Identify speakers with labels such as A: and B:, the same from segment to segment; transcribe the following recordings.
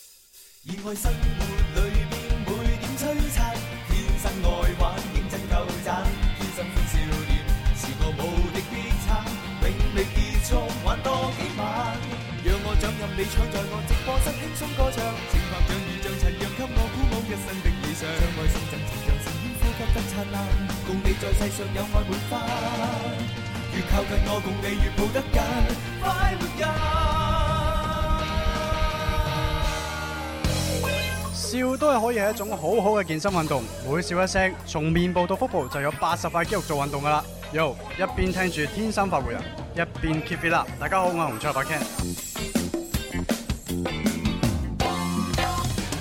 A: 热爱生活里边每点璀璨，天生愛玩，認真夠賺，天生歡笑臉，是個無敵必撐，永未結束，玩多幾晚。讓我掌任你搶，在我直播室輕鬆歌唱，情拍掌與像塵揚，給我鼓舞一生的理想。將愛心贈情，讓聲音呼吸得燦爛，共你在世上有愛滿花。越靠近我，共你越抱得緊，快活人。
B: 笑都係可以係一種好好嘅健身運動，每笑一聲，從面部到腹部就有八十塊肌肉做運動噶啦。Yo，一邊聽住天生發回人，一邊 keep it up。大家好，我係洪卓發 Ken。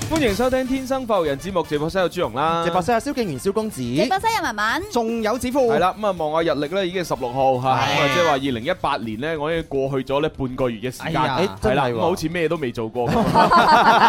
C: 欢迎收听《天生浮人》節目，直播室有朱容啦，
D: 直播室有蕭敬元、蕭公子，
E: 直播室有文文，
B: 仲有指父
C: 系，啦，咁啊望下日曆咧，已經係十六號吓，咁啊即係話二零一八年咧，我已經過去咗咧半個月嘅時間，
D: 哎呀真係
C: 啦，
D: 喎
C: 咁好似咩都未做過咁。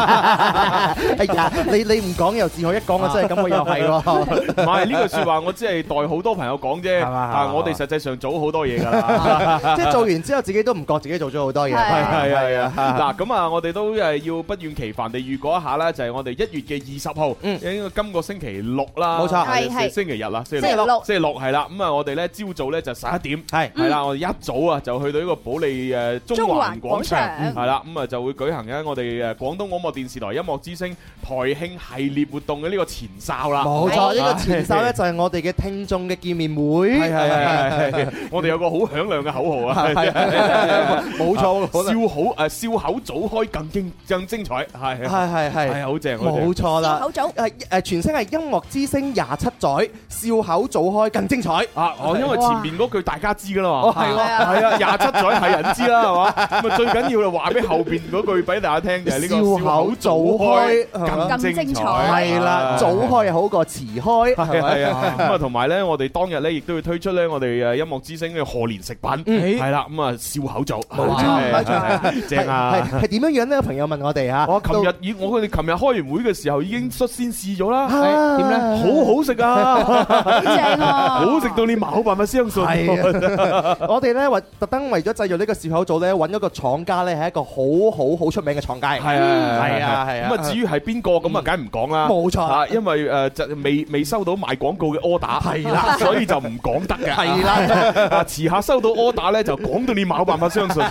D: 哎呀，你你唔講又自可，一講我真係感覺又係喎。
C: 唔係呢句説話，我只係代好多朋友講啫，
D: 係嘛
C: 啊，我哋實際上早好多嘢㗎 啦。
D: 即係做完之後，自己都唔覺自己做咗好多嘢。
E: 係
C: 係啊係啊，嗱咁啊，我哋都誒要不厭其煩地預告一下啦，就係我哋一月嘅二十號，
D: 嗯
C: 應該今個星期六啦，
D: 冇錯
E: 係係
C: 星期日啦，星
E: 星期六
C: 星期六係啦，咁啊，我哋咧朝早咧就十一點。
D: 係
C: 係啦，我哋一早啊就去到呢個保利誒中
E: 中
C: 環
E: 環
C: 廣
E: 廣
C: 場，
E: 場
C: 係啦，咁啊就會舉行緊我哋誒廣東廣播電視台音樂之聲台慶系列活動嘅呢個前哨啦。
D: 冇錯，
E: 係
D: 呢個前哨咧就係我哋嘅聽眾嘅見面會。
C: 係係係係，係我哋有個好響亮嘅口號啊！
D: 係係冇錯，可能
C: 笑口誒笑口早開更精更精彩，係係
D: 係係
C: 係
D: 係，
C: 好正好正
D: 冇。錯
E: 笑
D: 啦。
E: 口組，
D: 係誒，全稱係音樂之星廿七載，笑口早開更精彩。
C: 啊！我因為前面嗰句大家知噶啦嘛，
D: 哦係
E: 喎
C: 係啊，廿七載係人知啦，係嘛？咁啊最緊要就話俾後邊嗰句俾大家聽就係呢個
D: 笑口早開
C: 更
E: 更
C: 精
E: 精
C: 彩，啊
E: 彩
D: 係啦，早 開好過遲開，係咪
C: 係啊，咁啊，同埋咧，我哋當日咧亦都要推出咧，我哋誒呃音樂之星嘅賀年食品，
D: 嗯
C: 係啦，咁啊笑口組，
D: 冇錯
C: 係
D: 冇
C: 係係正啊！
D: 係係點樣樣呢？有朋友問我哋嚇，
C: 我琴
D: 到
C: 日已我哋琴日開完會嘅時候已經率先試咗啦，
D: 啊點咧
C: 哎好好食啊，
E: 好正啊！
C: 好食到你冇辦法相信，
D: 係啊！ 我哋咧為特登為咗製造呢個笑口組咧，揾咗個廠家咧係一個好好好出名嘅廠家。
C: 係啊
D: 係啊係啊
C: 咁啊，至於係邊個咁啊，梗係唔講啦。
D: 冇錯
C: 啊因為誒就未未收到賣廣告嘅 order，係啦，所以就唔講得嘅。
D: 係啦，
C: 啊，遲下收到 order 咧，就講到你冇辦法相信。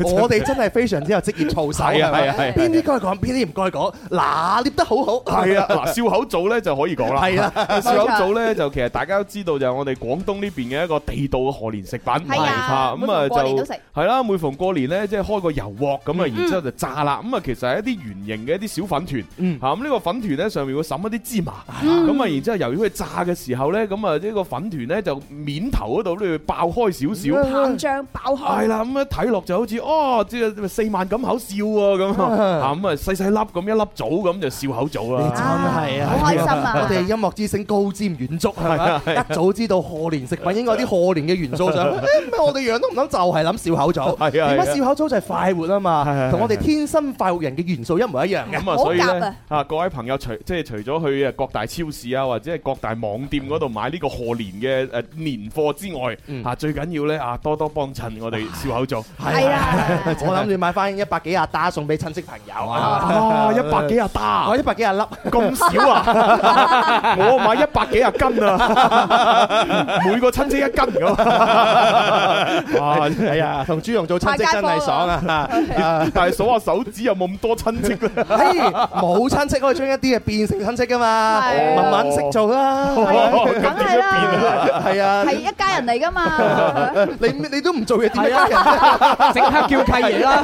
D: 我哋真係非常之有職業操守，
C: 係啊
D: 咪
C: 係啊係啊
D: 邊啲該講，邊啲唔該講，拿捏得好好。
C: 係啊，嗱，笑口組咧就可以講啦。
D: 係 啦，
C: 笑口組咧就其實大家都知道就係我哋廣東呢邊嘅一個地道嘅賀年食品，
E: 係啊
C: 咁啊
E: 每逢過年都食
C: 就係啦，每逢過年咧即係開個油鑊咁啊，然之後就炸啦，咁啊其實係一啲圓形嘅一啲小粉團，
D: 嗯
C: 嚇咁呢個粉團咧上面會滲一啲芝麻，咁啊然之後由於佢炸嘅時候咧，咁啊呢個粉團咧就面頭嗰度都要爆開少少。
E: 膨脹爆開
C: 係，啦，咁一睇落就好似哦，即係四萬咁口笑喎咁啊，咁啊細細粒咁一粒組咁就笑口組啦
D: 你。真係啊，
E: 好開心啊
D: 我哋音樂之星高瞻遠矚係咪？一早知道賀年食品應該有啲賀年嘅元素上，咩我哋樣都唔諗，就係諗笑口組。
C: 係啊
D: 點
C: 係啊
D: 解笑口組就係快活啊嘛？
C: 係
D: 同我哋天生快活人嘅元素一模一樣嘅。
C: 咁啊，
E: 好
C: 所以
E: 夾
C: 咧
E: 啊
C: 啊，各位朋友除即係除咗去誒呃各大超市啊，或者係各大網店嗰度買呢個賀年嘅誒年貨之外，
D: 嗯
C: 啊最緊要咧啊多多幫襯我哋笑口組。
E: 係啊啦，
D: 我諗住買翻一百幾廿打送俾親戚朋友啊！
C: 啊！一百幾啊打
D: 我一百幾廿粒，
C: 咁少 啊！我買一百幾啊斤啊， 每個親戚一斤 咁。啊，
D: 係啊，同朱容做親戚真係 爽 啊！啊
C: 但係數下手指有冇咁多親戚咧？
D: 嘿，冇親戚可以將一啲嘢變成親戚噶嘛，
E: 係啊
D: 慢慢識做啦。
E: 係啊
C: 哦咁
E: 梗
C: 點
E: 係
C: 樣變啊？
E: 啦，
D: 係啊，
E: 係一家人嚟噶嘛，
D: 你你都唔做嘢點解人啫？
F: 即刻叫契爺啦！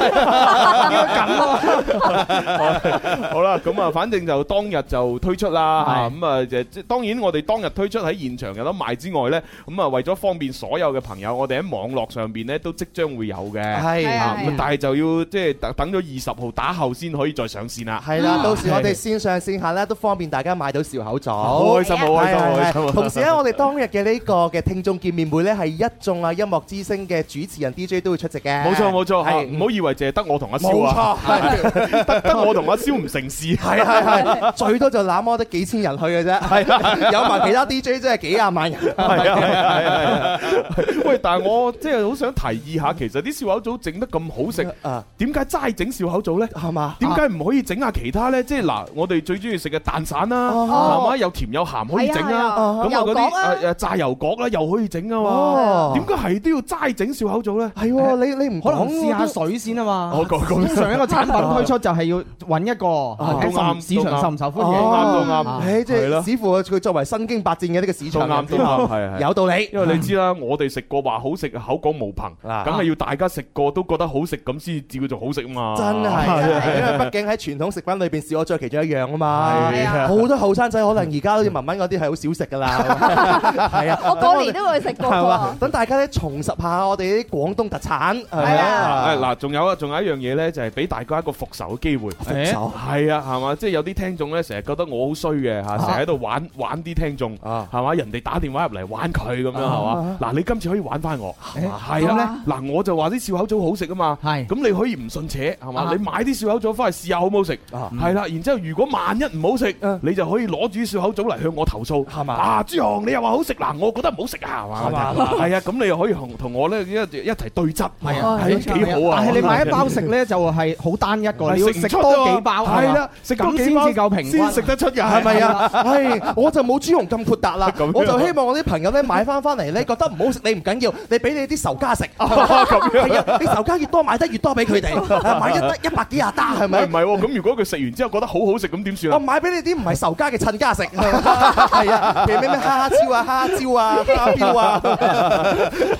C: 好啦，咁啊，反正就當日就推出啦，嚇咁啊，就即當然我哋當日推出喺現場有得賣之外呢，咁啊為咗方便所有嘅朋友，我哋喺網絡上邊呢都即將會有嘅，
D: 係
C: 啊
E: 係
C: 咁但係就要即係等等咗二十號打後先可以再上線啦。
D: 係啦，
C: 嗯
D: 到時我哋線上線下咧都方便大家買到笑口
C: 好開
D: 棗。
C: 心，好開心，好開心啊！
D: 同時咧，我哋當日嘅呢個嘅聽眾見面會咧，係一眾啊音樂之星嘅主持人 DJ 都會出席嘅。
C: 冇錯冇錯，嚇啊
D: 係
C: 唔好以為淨係得我同阿
D: 冇
C: 蕭啊，
D: 錯，係
C: 得得我同阿蕭唔城市。
D: 係係係，最多就那麼得幾千人去嘅啫。
C: 啊
D: 係有埋其他 DJ 真係幾廿萬人。
C: 系啊系啊系啊！係喂，但系我即係好想提議下，其實啲笑口棗整得咁好食，
D: 啊，
C: 點解齋整笑口棗呢？
D: 係嘛？
C: 點解唔可以整下其他呢？即係嗱，我哋最中意食嘅蛋散啦，
D: 哦
C: 係嘛？又甜又鹹可以整
E: 係啊
C: 啊！咁
E: 係
C: 啊
E: 油
C: 嗰
E: 角啊
C: 啲誒誒炸油角啦，又可以整啊嘛
D: 哦？
C: 點解係都要齋整笑口棗呢？
D: 係喎，你你唔
F: 可能
D: 講
F: 試下
D: 都
F: 水先啊嘛。
C: 我講
F: 通
C: 講
F: 常一個產品推出就係要揾一個
C: 啊
F: 睇
C: 都啱
F: 市
C: 都啱
F: 場受唔受歡
C: 都
F: 迎。
C: 啱都啱，
D: 哦誒，即
C: 係咯
D: 係似乎佢作為身經百戰嘅呢個市
C: 都
D: 場
C: 啱都啱，係係。
D: 有道理。
C: 因為你知啦，我哋食過話好食，口講無憑，
D: 啊
C: 梗係要大家食過都覺得好食，咁先至叫做好食嘛。
D: 真係，
E: 係啊
D: 真係因為畢竟喺傳統食品裏邊，小可最其中一樣啊嘛。
E: 係啊
D: 好多後生仔可能而家好似文文嗰啲係好少食噶啦，係啊。
E: 我過年都會食過
D: 係嘛
E: 喎，？
D: 等大家咧重拾下我哋啲廣東特產，係
E: 係啊
C: 誒嗱，仲有啊，仲有一樣嘢咧，就係俾大家一個復仇嘅機會。
D: 復仇
C: 係啊，係嘛，即係有啲聽眾咧，成日覺得我好衰嘅嚇，成日喺度玩玩啲聽眾，
D: 啊
C: 係嘛，人哋打電話入嚟玩佢咁樣係嘛。嗱，你今次可以玩翻我，係
F: 咁
C: 啊。嗱，我就話啲笑口棗好食啊嘛。
F: 係
C: 咁你可以唔信邪係嘛？
F: 啊
C: 你買啲笑口棗翻去試下好唔好食？
D: 啊
C: 係啦，然之後如果萬一唔好食
D: 嗯，
C: 你就可以攞住啲笑口棗嚟向我投訴。
D: 係嘛
C: 啊，朱紅，你又話好食，嗱，我覺得唔好食啊，係嘛？係啊，咁你又可以同同我咧一一齊對質。
F: 係啊
C: 係啊幾好啊！
F: 但係你買一包食咧，就係好單一個，你要
C: 係啊
F: 食多幾包，
C: 係
F: 係嘛
C: 啦，食多
F: 咁
C: 幾
F: 先
C: 包
F: 至夠平均
C: 先。食得出㗎，
D: 係咪啊？唉，我就冇朱紅咁豁達啦
C: 咁樣，
D: 我就希望我啲朋友咧買翻翻嚟咧，覺得唔好食你唔緊要，你俾你啲仇家食，
C: 哦咁樣
D: 係啊，你仇家越多買得越多俾佢哋，啊買一得一百幾廿打係
C: 喂
D: 咪
C: 唔？係喎，咁如果佢食完之後覺得好好食，咁點算
D: 我
C: 啊？
D: 買俾你啲唔係仇家嘅親 家食，係啊，譬如咩咩蝦超啊、蝦椒啊、蝦標啊，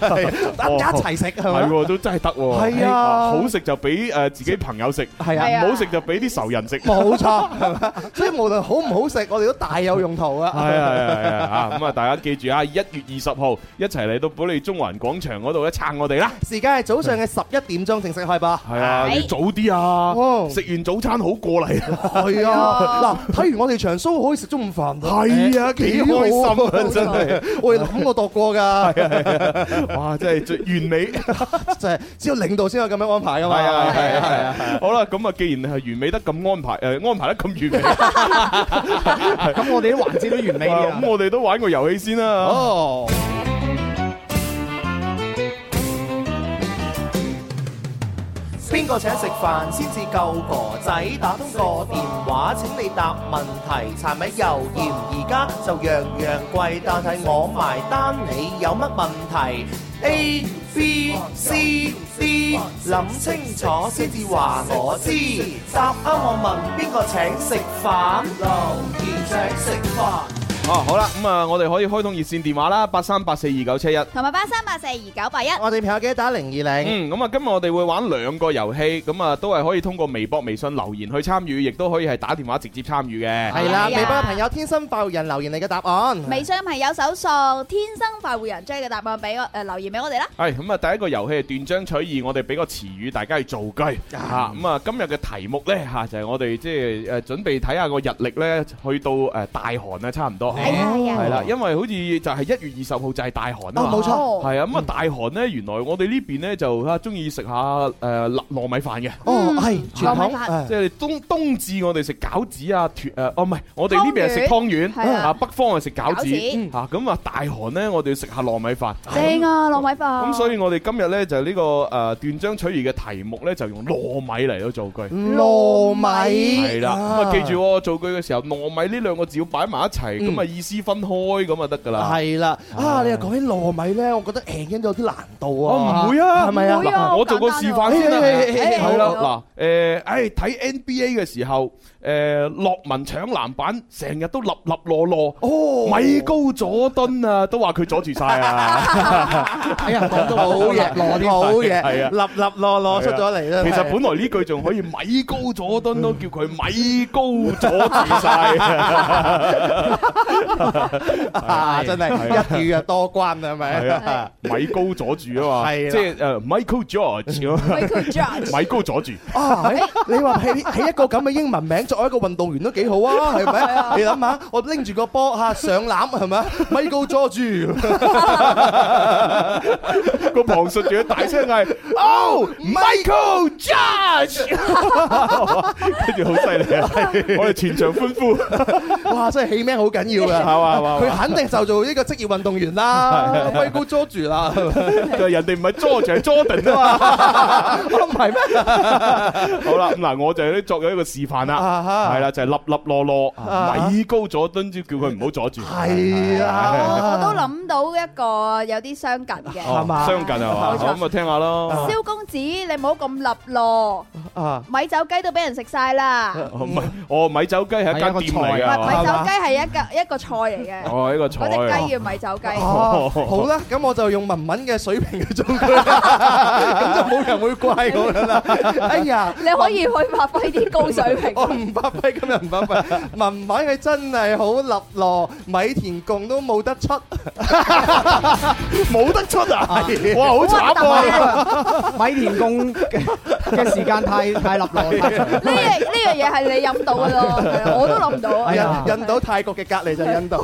D: 係 大家一齊食
F: 啊
D: 係
C: 哦係
D: 咪？
C: 喎，都真係得喎。哎
D: 係啊
C: 好食就俾誒自己朋友食，
D: 係啊
E: 係。啊
C: 唔好食就俾啲仇人食。
D: 冇錯， 係嘛？所以無論好唔好食，我哋都大有用途
C: 係
D: 啊！
C: 啊係啊係啊！啊咁啊，大家記住啊，一月二十號一齊嚟到保利中環廣場嗰度咧撐我哋啦！
D: 時間係早上嘅十一點鐘正式開播。
C: 係啊，
E: 係
C: 要早啲啊！
D: 哦
C: 食完早餐好過嚟。
D: 係啊，嗱，睇完我哋場 show 可以食中午飯。哎
C: 係啊，幾開心啊！真係， 啊
D: 我哋諗過度過 㗎，
C: 哇！真係最完美。
D: 就係只有領導先有咁樣安排㗎嘛。
C: 係啊係啊係啊！好啦，咁啊，既然係完美得咁安排，誒安排得咁 完美，
F: 咁我哋啲環節都完美
D: 啊
C: 哇咁
F: 啦。
C: 我哋都玩個遊戲先啦。
D: 哦，
G: 邊個請食飯先至夠哥仔？打通個電話請你答問題，柴米油鹽而家就樣樣貴，但係我埋單，你有乜問題？A B C D，諗清楚先至話我知。答啱我問邊個請食飯？留言請食飯。
C: 哦，好啦，咁啊，我哋可以開通熱線電話啦，八三八四二九七一。
E: 同埋八三八四二九八一，
D: 我哋朋友記得打零二零。
C: 嗯，咁啊，今日我哋會玩兩個遊戲，咁啊，都係可以通過微博、微信留言去參與，亦都可以係打電話直接參與嘅。
D: 係啦，
E: 係啊
D: 微博嘅朋友天生快活人留言你嘅答案。
E: 微信朋友搜索天生快活人，將你嘅答案俾我誒留言俾我哋啦。
C: 係咁啊，第一個遊戲係斷章取義，我哋俾個詞語大家去造句嚇。咁啊，今日嘅題目呢，嚇就係我哋即係誒準備睇下個日曆呢，去到誒大寒啊，差唔多。
E: 係啊係
C: 係
E: 啊，
C: 啦，因為好似就係一月二十號就係大寒啊
D: 哦
C: 嘛。
D: 冇錯
E: 錯，
C: 係啊，咁啊大寒呢，原來我哋呢邊呢，就啊中意食下誒糯糯米飯嘅，
D: 哦
E: 嗯，
D: 係傳
E: 糯
D: 統
E: 米飯
D: 係
C: 即係冬冬至我哋食餃子啊，團誒哦唔係，我哋呢邊係食
E: 湯
C: 湯
E: 係
C: 圓，
E: 啊
C: 啊北方係食餃
E: 餃子
C: 子，嚇咁啊大寒呢，我哋要食下糯米飯。
E: 正啊，糯米飯。
C: 咁所以我哋今日呢，就呢個誒斷章取義嘅題目呢，就用糯米嚟到造句。
D: 糯米
C: 係啦，咁啊記住喎，造句嘅時候糯米呢兩個字要擺埋一齊，咁啊意思分開咁啊得㗎啦。
D: 係啦，啊你又講起糯米咧，我覺得誒應該有啲難度
C: 我
D: 啊。
C: 唔會啊，
D: 係咪啊
E: 唔會啊
C: 嗱我做個
E: 好簡單啊
C: 示範先啦。
D: 哎
C: 係
E: 好
C: 啦，嗱，誒，唉，睇 NBA 嘅時候，誒，洛文搶籃板，成日都立立落落，
D: 哦，
C: 米高佐敦啊，都話佢阻住晒 啊。
F: 哎呀，講到
D: 好 嘢，好嘢，
C: 係啊
D: 立立落落出咗嚟啦。
C: 其實本來呢句仲可以米高佐敦都叫佢米高阻住晒。
D: 啊，真係一語啊多關啊，係咪？
C: 係啊，米高阻住啊嘛，
D: 係啦
C: 即係誒 Michael George 咁啊
E: Michael George，
C: 米高阻住，
D: 啊！喺你話起起一個咁嘅英文名作為一個運動員都幾好啊， 係咪？你諗下，我拎住個波嚇上籃係咪？Michael George，
C: 個旁述仲要大聲嗌 Oh Michael George，哇跟住好犀利啊！我哋全場歡呼，係
D: 哇！真係起名好緊要 㗎，
C: 嘛係嘛係
D: 佢
C: 嘛，
D: 肯定就做呢個職業運動員啦，Michael George 啦，
C: 就係人哋唔係 George 係 Jordan 啊嘛。
D: 唔係咩？
C: 好啦，咁嗱，我就咧作咗一個示範
D: 啊
C: 啦，
D: 哈
C: 係啦，就係立立落落，
D: 啊
C: 米高咗墩，叫佢唔好阻住，
D: 係
E: 我
D: 啊，
E: 都諗到一個有啲相近嘅。
C: 哦
D: 係嘛
C: 相近係嘛，
E: 冇錯
C: 好咁啊聽下咯。
E: 蕭公子，你唔好咁立咯，
D: 啊
E: 米酒雞都俾人食晒啦。
C: 哦米哦米酒雞係一間店嚟
B: 係一個菜
E: 唔係
C: 㗎，係嘛
E: 米酒雞係一個一個菜嚟嘅，
C: 哦一個
E: 嗰
C: 菜，
E: 只雞叫米酒雞。
D: 啊，好啦，咁我就用文文嘅水平去做 佢啦，咁就冇人會怪我㗎啦。哎呀！
E: 你可以去發揮啲高水平。
D: 我唔發揮，今日唔發揮。文文佢真係好立落，米田共都冇得出，
C: 冇得出 啊！ 哇，好慘喎！
B: 喎！米田共嘅嘅時間太太立落啦。
E: 呢樣呢樣嘢係你飲到嘅咯，係啊我都諗唔到。
B: 哎
D: 印
B: 呀
D: 印度泰國嘅隔離就印度。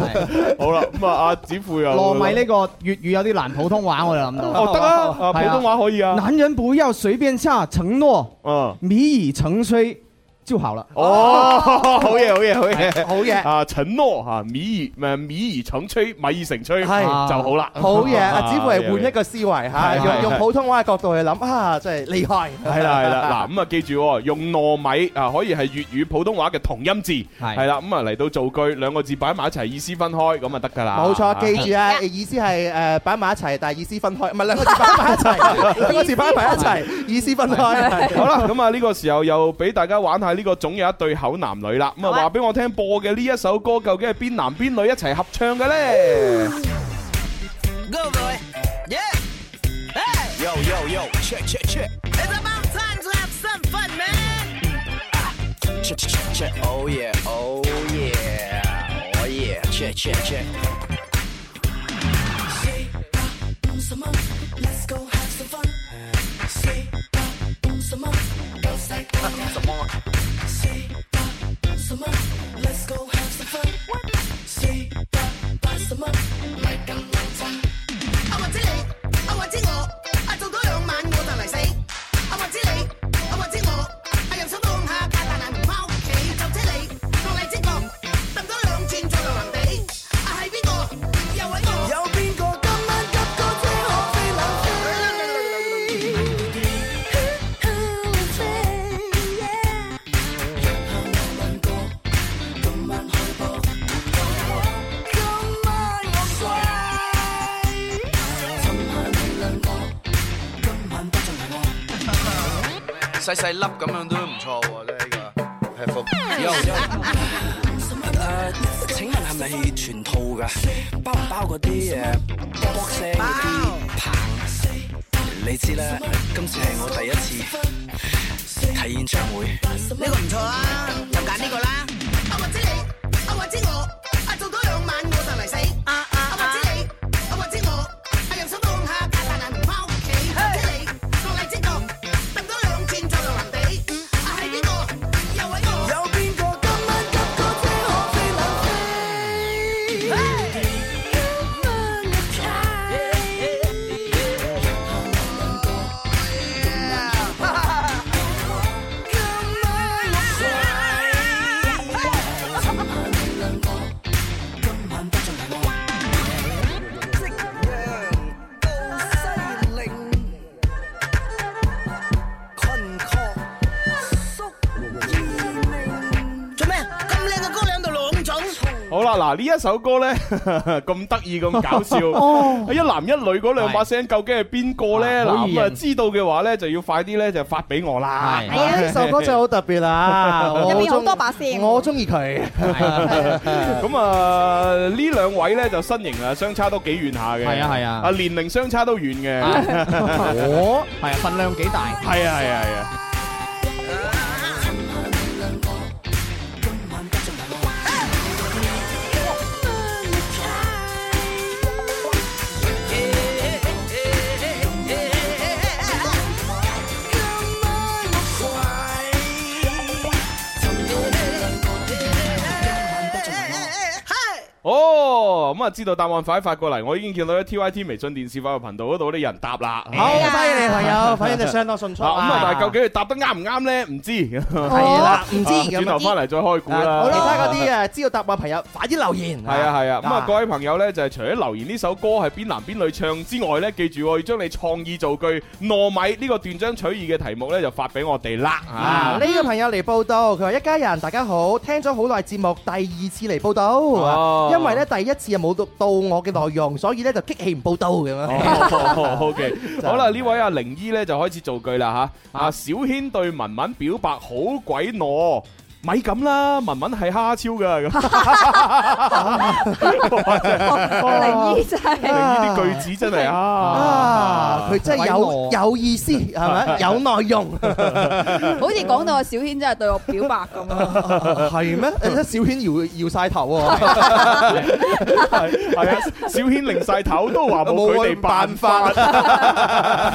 C: 好啦，咁啊，阿子富又
B: 糯米呢個粵語有啲難，普通話我就諗到。
C: 哦得啊，啊
B: 係
C: 普
B: 啊
C: 通話可以啊，
B: 男人不要隨便下承諾，
C: 嗯，
B: 米已成炊就好 了。
C: 哦，好嘢，好嘢，好嘢。
D: 好嘢，
C: 啊，陳諾嚇，米而誒米而成吹，米而成吹就
D: 係
C: 好啦。
D: 好嘢！
C: 啊
D: 阿子富係換一個思維嚇，
C: 係係
D: 用用普通話嘅角度去諗啊，真係厲害。
C: 系啦系啦，嗱咁啊，記住喎用糯米啊，可以係粵語普通話嘅同音字，係啦咁啊嚟到造句，兩個字擺埋一齊，意思分開咁啊得㗎啦。
D: 冇錯，記住啊！意思係誒擺埋一齊，但係意思分開，唔係兩個字擺埋一齊， 兩個字擺埋一齊，意思分開。
C: 好啦，咁啊呢個時候又俾大家玩下呢個總有一對口男女啦。咁啊
E: 好啊
C: 話俾我聽播嘅呢一首歌究竟係邊男邊女一齊合唱嘅咧？
H: Go boy. Yeah. Hey. Yo, yo, yo. Check, check, check. It's about time to have some fun, man. Check, check, check, check. Oh yeah. Oh yeah. Oh yeah. Check, check, check. À, Yo, yo. 誒請問係咪全套㗎？包唔包嗰啲誒 boxing 嗰啲棒？你知啦，今次係我第一次睇演唱會。呢個唔錯啊，就揀呢個啦。我話知你，我話知我，啊做多兩晚我就嚟死。啊啊我話知你，我話知我，啊又想放下假，但係唔翻屋企。知你，個荔枝角，掟多兩轉就落藍地。啊係邊個？又係我。有邊個今晚急個車可飛兩飛？今晚我睇。
C: 好啦，嗱呢 一首歌咧咁得意咁搞笑，哎一男一女嗰兩把聲究竟係邊個咧？
B: 哦好
C: 嗱
B: 易
C: 咁啊
B: 認
C: 知道嘅話咧就要快啲咧就發俾我啦。
B: 係
E: 係啊
D: 哎呢首歌真係好特別啦，我
E: 入面好
D: 中
E: 多把聲
D: 我中意佢。
C: 咁啊呢兩位咧就身形啊相差都幾遠下嘅，
B: 係啊係啊
C: 啊年齡相差都遠嘅，
B: 我
C: 哦
B: 係啊份量幾大？
C: 係啊係啊係啊。
H: Hãy subscribe cho kênh Ghiền Mì Gõ Để không bỏ lỡ
C: 哦，咁啊，知道答案快啲發過嚟，我已經見到喺 T Y T 微信電視快活頻道嗰度啲人答啦。
D: 好犀利，朋友，反應就相當迅速
C: 啊咁啊，但係究
D: 竟
C: 竟佢答得啱唔啱咧？唔知。
E: 哦
D: 係啦，唔知 啊
C: 轉頭翻嚟再開估啦。
D: 好啦，其他嗰啲啊，知道答案嘅朋友快啲留言。
C: 係啊係啊，咁啊各位朋友呢，就係除咗留言呢首歌係邊男邊女唱之外呢，記住我要將你創意造句糯米呢個斷章取義嘅題目呢，就發俾我哋啦
D: 啊！
C: 啊！
D: 呢個朋友嚟報道，佢話一家人大家好，聽咗好耐節目，第二次嚟報道，
C: 哦
D: 因為咧第一次又冇讀到我嘅內容，所以咧就激氣唔報道咁樣。
C: 哦 OK，好啦，呢位阿玲姨呢，就開始造句啦吓。啊，小軒對文文表白好鬼懦。咪咁啦，文文係蝦超噶咁，
E: 靈姨真
C: 玲
E: 係
C: 姨啲句子真係啊
D: 啊！，佢真係有
F: 鬼
D: 有意思，係 咪？有內容，
E: 好似講到阿小軒真係對我表白咁啊！
D: 係 咩？誒小軒搖搖晒頭喎，
C: 係係啊，小軒擰晒頭都話冇佢哋辦法。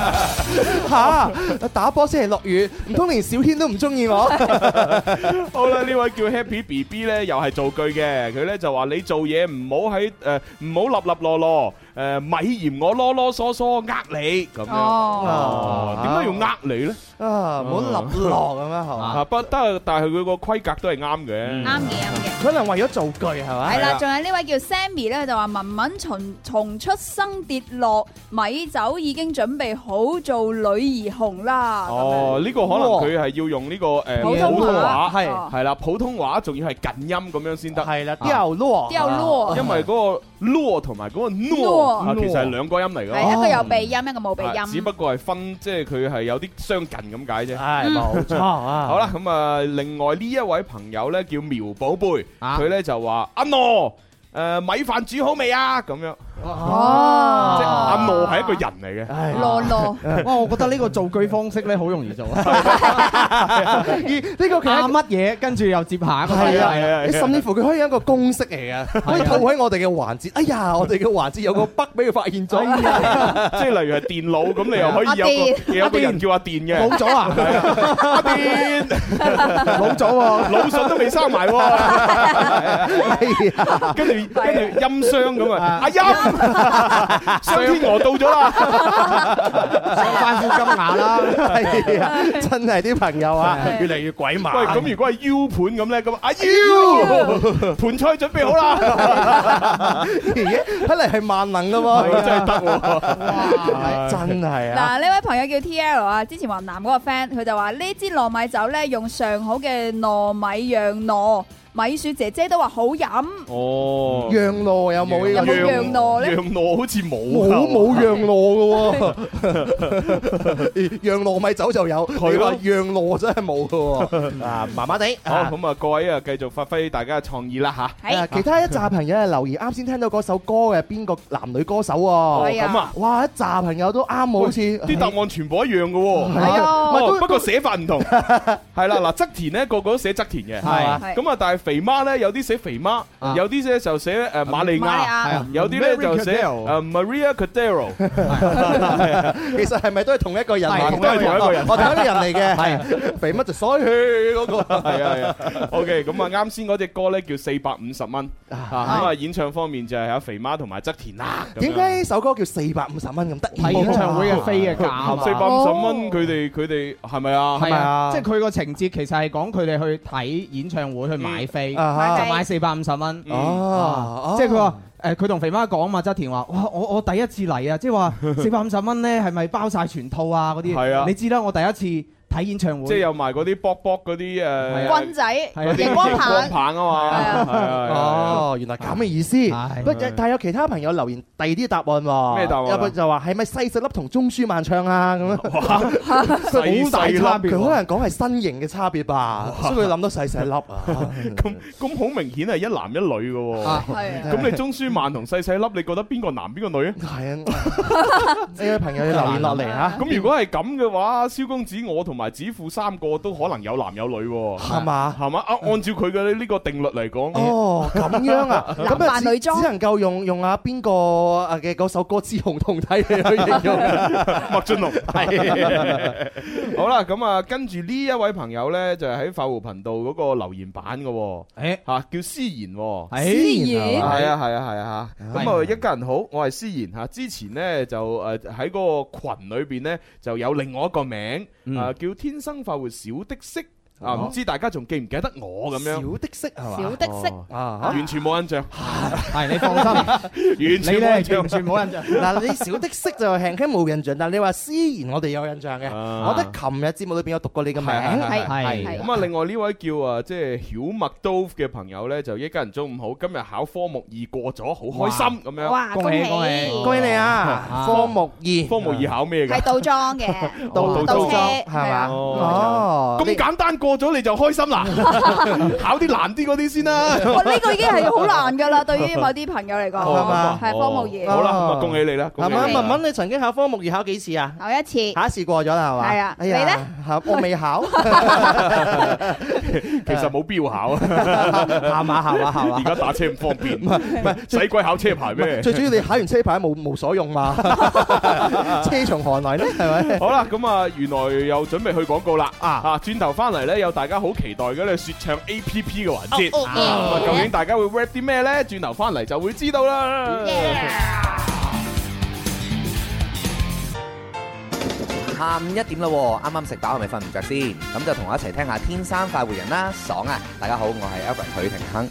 D: 嚇！打波先係落雨，唔通連小軒都唔中意我？
C: 好啦，呢位叫 Happy B B 咧，又係造句嘅，佢咧就話你做嘢唔好喺誒唔好立立落落，誒咪嫌我囉囉嗦嗦呃你咁樣。
E: 哦，
C: 哦，點解要呃你咧？
D: 啊，唔好立落咁樣係嘛？
C: 啊，不嗯得，但係佢個規格都係啱嘅。
E: 啱啊嘅啱嘅。
D: 可能為咗造句係嘛？
E: 係
C: 係啊
E: 啦，仲有呢位叫 Sammy 咧，就話文文從從出生跌落，米酒已經準備好做女兒紅啦。
C: 哦，呢個可能佢係要用呢個誒
E: 咁樣，
C: 普通話，
D: 係
E: 哦
C: 係啦，普通話仲要係近音咁樣先得。
D: 係啦，掉落，
E: 掉落
C: 因為嗰個 l 同埋嗰個 no 啊其實係兩個音嚟
E: 係啊
C: 嘅，
E: 一個有鼻音，一個冇鼻
C: 哦啊只
E: 音
C: 不。過係分，即係佢係有啲相近咁解啫。
D: 係冇錯啊！
C: 好啦，咁啊，另外呢一位朋友咧叫苗寶貝，
D: 啊
C: 佢咧就話阿諾，誒米飯煮好未啊？咁樣，
E: 哦
C: 即係
E: 啊
C: 阿諾係一個人嚟嘅。
D: 唉，
E: 羅 羅，
F: 哇，
D: 哦
F: 我覺得呢個造句方式咧好容易做，
D: 啊呢個其
F: 啊
D: 實
F: 乜嘢，跟住又接下一個。
D: 係
C: 係啊係啊
D: 啊，你甚至乎佢可以有一個公式嚟嘅，可以套喺我哋嘅環節。哎呀，我哋嘅環節有個北俾佢發現咗，
C: 即係例如係電腦咁，你又可以有個有個人叫啊阿電嘅，
F: 冇咗啊！
C: 阿電
F: 冇咗喎！
C: 腦筍都未生埋喎，
D: 係啊
C: 跟住跟住音箱咁啊，阿音，雙天鵝到咗啦，
F: 上翻副金牙啦，
D: 係啊，真係啲朋友啊，
E: 係
D: 越嚟越鬼馬。
C: 喂，咁如果係 U 盤咁咧，咁啊阿 U 盤菜準備好啦，
D: 咦睇嚟係萬能噶喎，
C: 真係得喎。
D: 係真係啊！
E: 嗱呢位朋友叫 T L 啊，之前雲南嗰個 friend，佢就話呢支糯米酒咧用上好嘅糯米釀糯，米雪姐姐都話好飲，
C: 哦
D: 讓路有冇呢
E: 有
D: 個
E: 冇？讓路咧
C: 讓路好似冇
D: 冇
C: 啊，
D: 冇讓路嘅喎，讓糯米酒就有，你話
C: 係咯
D: 讓路真係冇嘅喎，啊麻麻地。啊
C: 好咁啊，各位啊，繼續發揮大家嘅創意啦吓。
E: 係
D: 啊其他一紮朋友係留言，啱先聽到嗰首歌嘅邊個男女歌手喎？
E: 係啊
C: 咁啊，
D: 哇！一紮朋友都啱喎，好似
C: 啲 答案全部一樣嘅喎。
E: 係啊
C: 哦不過寫法唔同。係啦，嗱，側田咧個個都寫側田嘅。
D: 係嘛
E: 係
C: 咁啊，但係肥媽咧有啲寫肥媽，
F: 啊
C: 有啲咧就寫誒瑪利
E: 瑪利
C: 亞，
E: 亞
C: 有啲咧
F: Mary
C: 就寫
F: Cordero
C: 誒 Maria Cordero。
D: 其實係咪都係同一個人嚟
F: 係
D: 嘅？
F: 同一個人
D: 我我同一個人嚟嘅，係肥乜就衰嗰個。
C: 係啊係啊，OK，咁啊啱先嗰只歌咧叫四百五十蚊，啊咁啊演唱方面就係阿肥媽同埋側田啦。咁樣
D: 點解呢首歌叫四百五十蚊咁得意？
F: 睇演唱會
C: à.
F: 嘅飛嘅價啊嘛
C: 四百五十蚊？佢哋佢哋係咪啊？
F: 係
D: 咪啊
F: 啊，即係佢個情節其實係講佢哋去睇演唱
D: Ừ.
F: 會去買飛，就
D: 啊
E: 買
F: 買四百五十蚊。
C: 嗯
D: 哦，
F: 即係佢
C: 啊
F: 話誒，佢同肥媽講嘛，側田話：哇，我我第一次嚟啊，即係話四百五十蚊咧，係咪包晒全套啊？嗰啲
C: 係啊
F: 你知啦，我第一次睇演唱會，
C: 即係有埋嗰啲卜卜嗰啲誒
E: 棍仔、
F: 係啊
E: 熒光棒
C: 光。棒啊嘛，
E: 係啊
C: 係啊係啊，
D: 哦，原來咁嘅意思。
F: 係
D: 不，但係有其他朋友留言第二啲答案喎。
C: 咩答案啊
D: 有個就話係咪細細粒同中舒漫唱啊？咁樣
C: 細
F: 好大
C: 細
F: 差
C: 粒
F: 別
D: 佢
F: 喎
D: 可能講係身形嘅差別吧，所以佢諗到細 細粒啊。
C: 咁咁好明顯係一男一女嘅喎。
F: 啊
E: 係啊
C: 咁你中舒曼同細細粒，你覺得邊個男邊個女啊？
D: 係啊，呢位朋友要留言落嚟嚇。
C: 咁如果係咁嘅話，蕭公子我同埋埋子父三個都可能有男有女喎，
D: 係嘛？
C: 係嘛？啊，按照佢嘅呢個定律嚟講，
D: 哦，咁 樣啊，
E: 男
D: 咁啊，
E: 扮
D: 只
E: 女裝
D: 只能夠用用啊邊個啊嘅嗰首歌《雌雄同體》嚟去形容，
C: 麥浚龍係 好啦，咁啊，跟住呢一位朋友呢，就係喺快活頻道嗰個留言版嘅喎，
F: 誒
C: 嚇叫思妍喎。
E: 思
F: 係
E: 然
F: 嘛
C: 係啊係啊係啊嚇，咁啊一家人好，我係思妍嚇。之前呢，就誒喺嗰個群裏邊呢，就有另外一個名
F: 嗯
C: 啊叫天生快活小的色啊，唔知大家仲記唔記得我咁樣？
D: 小的色係
E: 小
D: 嘛？
E: 的色，
C: 哦
D: 啊，
C: 完全冇印 象，
F: 係你放心，
C: 完
F: 你
C: 全冇
F: 咧
C: 印象
F: 完。全冇印象。
D: 嗱，你小的色就輕輕冇印象，但你話思然我哋有印象嘅，
C: 啊
D: 我覺得琴日節目裏邊有讀過你
C: 係
D: 嘅
C: 係
D: 名，
E: 係
F: 係
E: 係
C: 咁啊，另外呢位叫啊，即係曉麥都嘅朋友呢，就一家人中午好，今日考科目二過咗，好開心咁樣。
E: 哇，
F: 恭
E: 恭
F: 喜
E: 喜！
F: 恭喜
D: 恭喜你啊
E: 哦
F: 啊！
D: 科目二
C: 科目二考咩
E: 係
C: 㗎？哦
E: 倒裝嘅，
C: 倒
E: 倒
C: 裝
E: 車
D: 係嘛？
E: 啊
D: 哦，
C: 咁
D: 你
C: 簡單過咗你就開心 啦，考啲難啲嗰啲先啦。
E: 哇，呢個已經係好難㗎啦，對於某啲朋友嚟
C: 哦
E: 講，
D: 係嘛
E: 係科
C: 啊
E: 目
C: 好
E: 二
C: 啦，咁啊恭喜你啦，恭
D: 係
C: 喜
D: 嘛？
C: 你啦
D: 文文，你曾經考科目二考幾次啊？
E: 考一次。
D: 下一次過咗啦，係嘛？
E: 係啊
D: 哎呀
E: 你呢？
D: 嚇我未 考，
C: 其實冇必要考啊，
D: 下馬下馬下
C: 而
D: 馬。
C: 家打車唔方便，
D: 唔係
C: 使鬼考車牌咩？
D: 最主要你考完車牌冇冇所用嘛？ 車從何來呢？係咪？
C: 好啦，咁啊，原來又準備去廣告啦啊！啊，轉頭翻嚟咧，有大家好期待嘅咧，説唱 A P P 嘅環節。咁啊究竟大家會 rap 啲咩咧？轉頭翻嚟就會知道啦。
I: 下午一點啦喎，啱啱食飽係咪瞓唔着先？咁就同我一齊聽下《天生快活人》啦，爽啊！大家好，我係 Alfred 許廷鏗。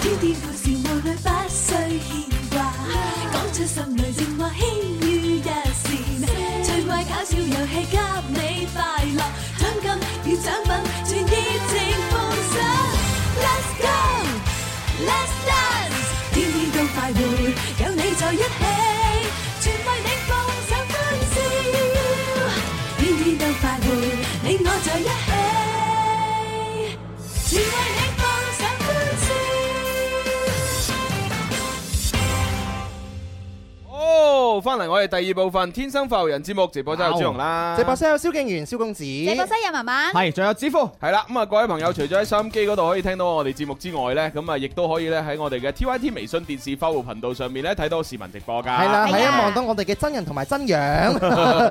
J: 天天故事無慮不需牽掛，講出心裏情話輕於一線，趣味搞笑遊戲給你快樂，獎金與獎品全熱情奉上。Let's go，Let's dance，天天都快活，有你在一起，全為你放上歡笑，天天都快活，你我在一起。全為你放上歡笑。
C: 哦，翻嚟我哋第二部分《天生快活人》節目直播室有朱紅啦，
D: 直播室有蕭敬元、蕭公子。
E: 你個西人文文，
F: 係，仲有子夫。
C: 係啦，咁啊，各位朋友，除咗喺收音機嗰度可以聽到我哋節目之外呢，咁啊，亦都可以咧喺我哋嘅 T Y T 微信電視快活頻道上面咧睇到市民直播㗎。
D: 係啦，
E: 係
D: 係啊，
E: 啊
D: 望到我哋嘅真人同埋真樣。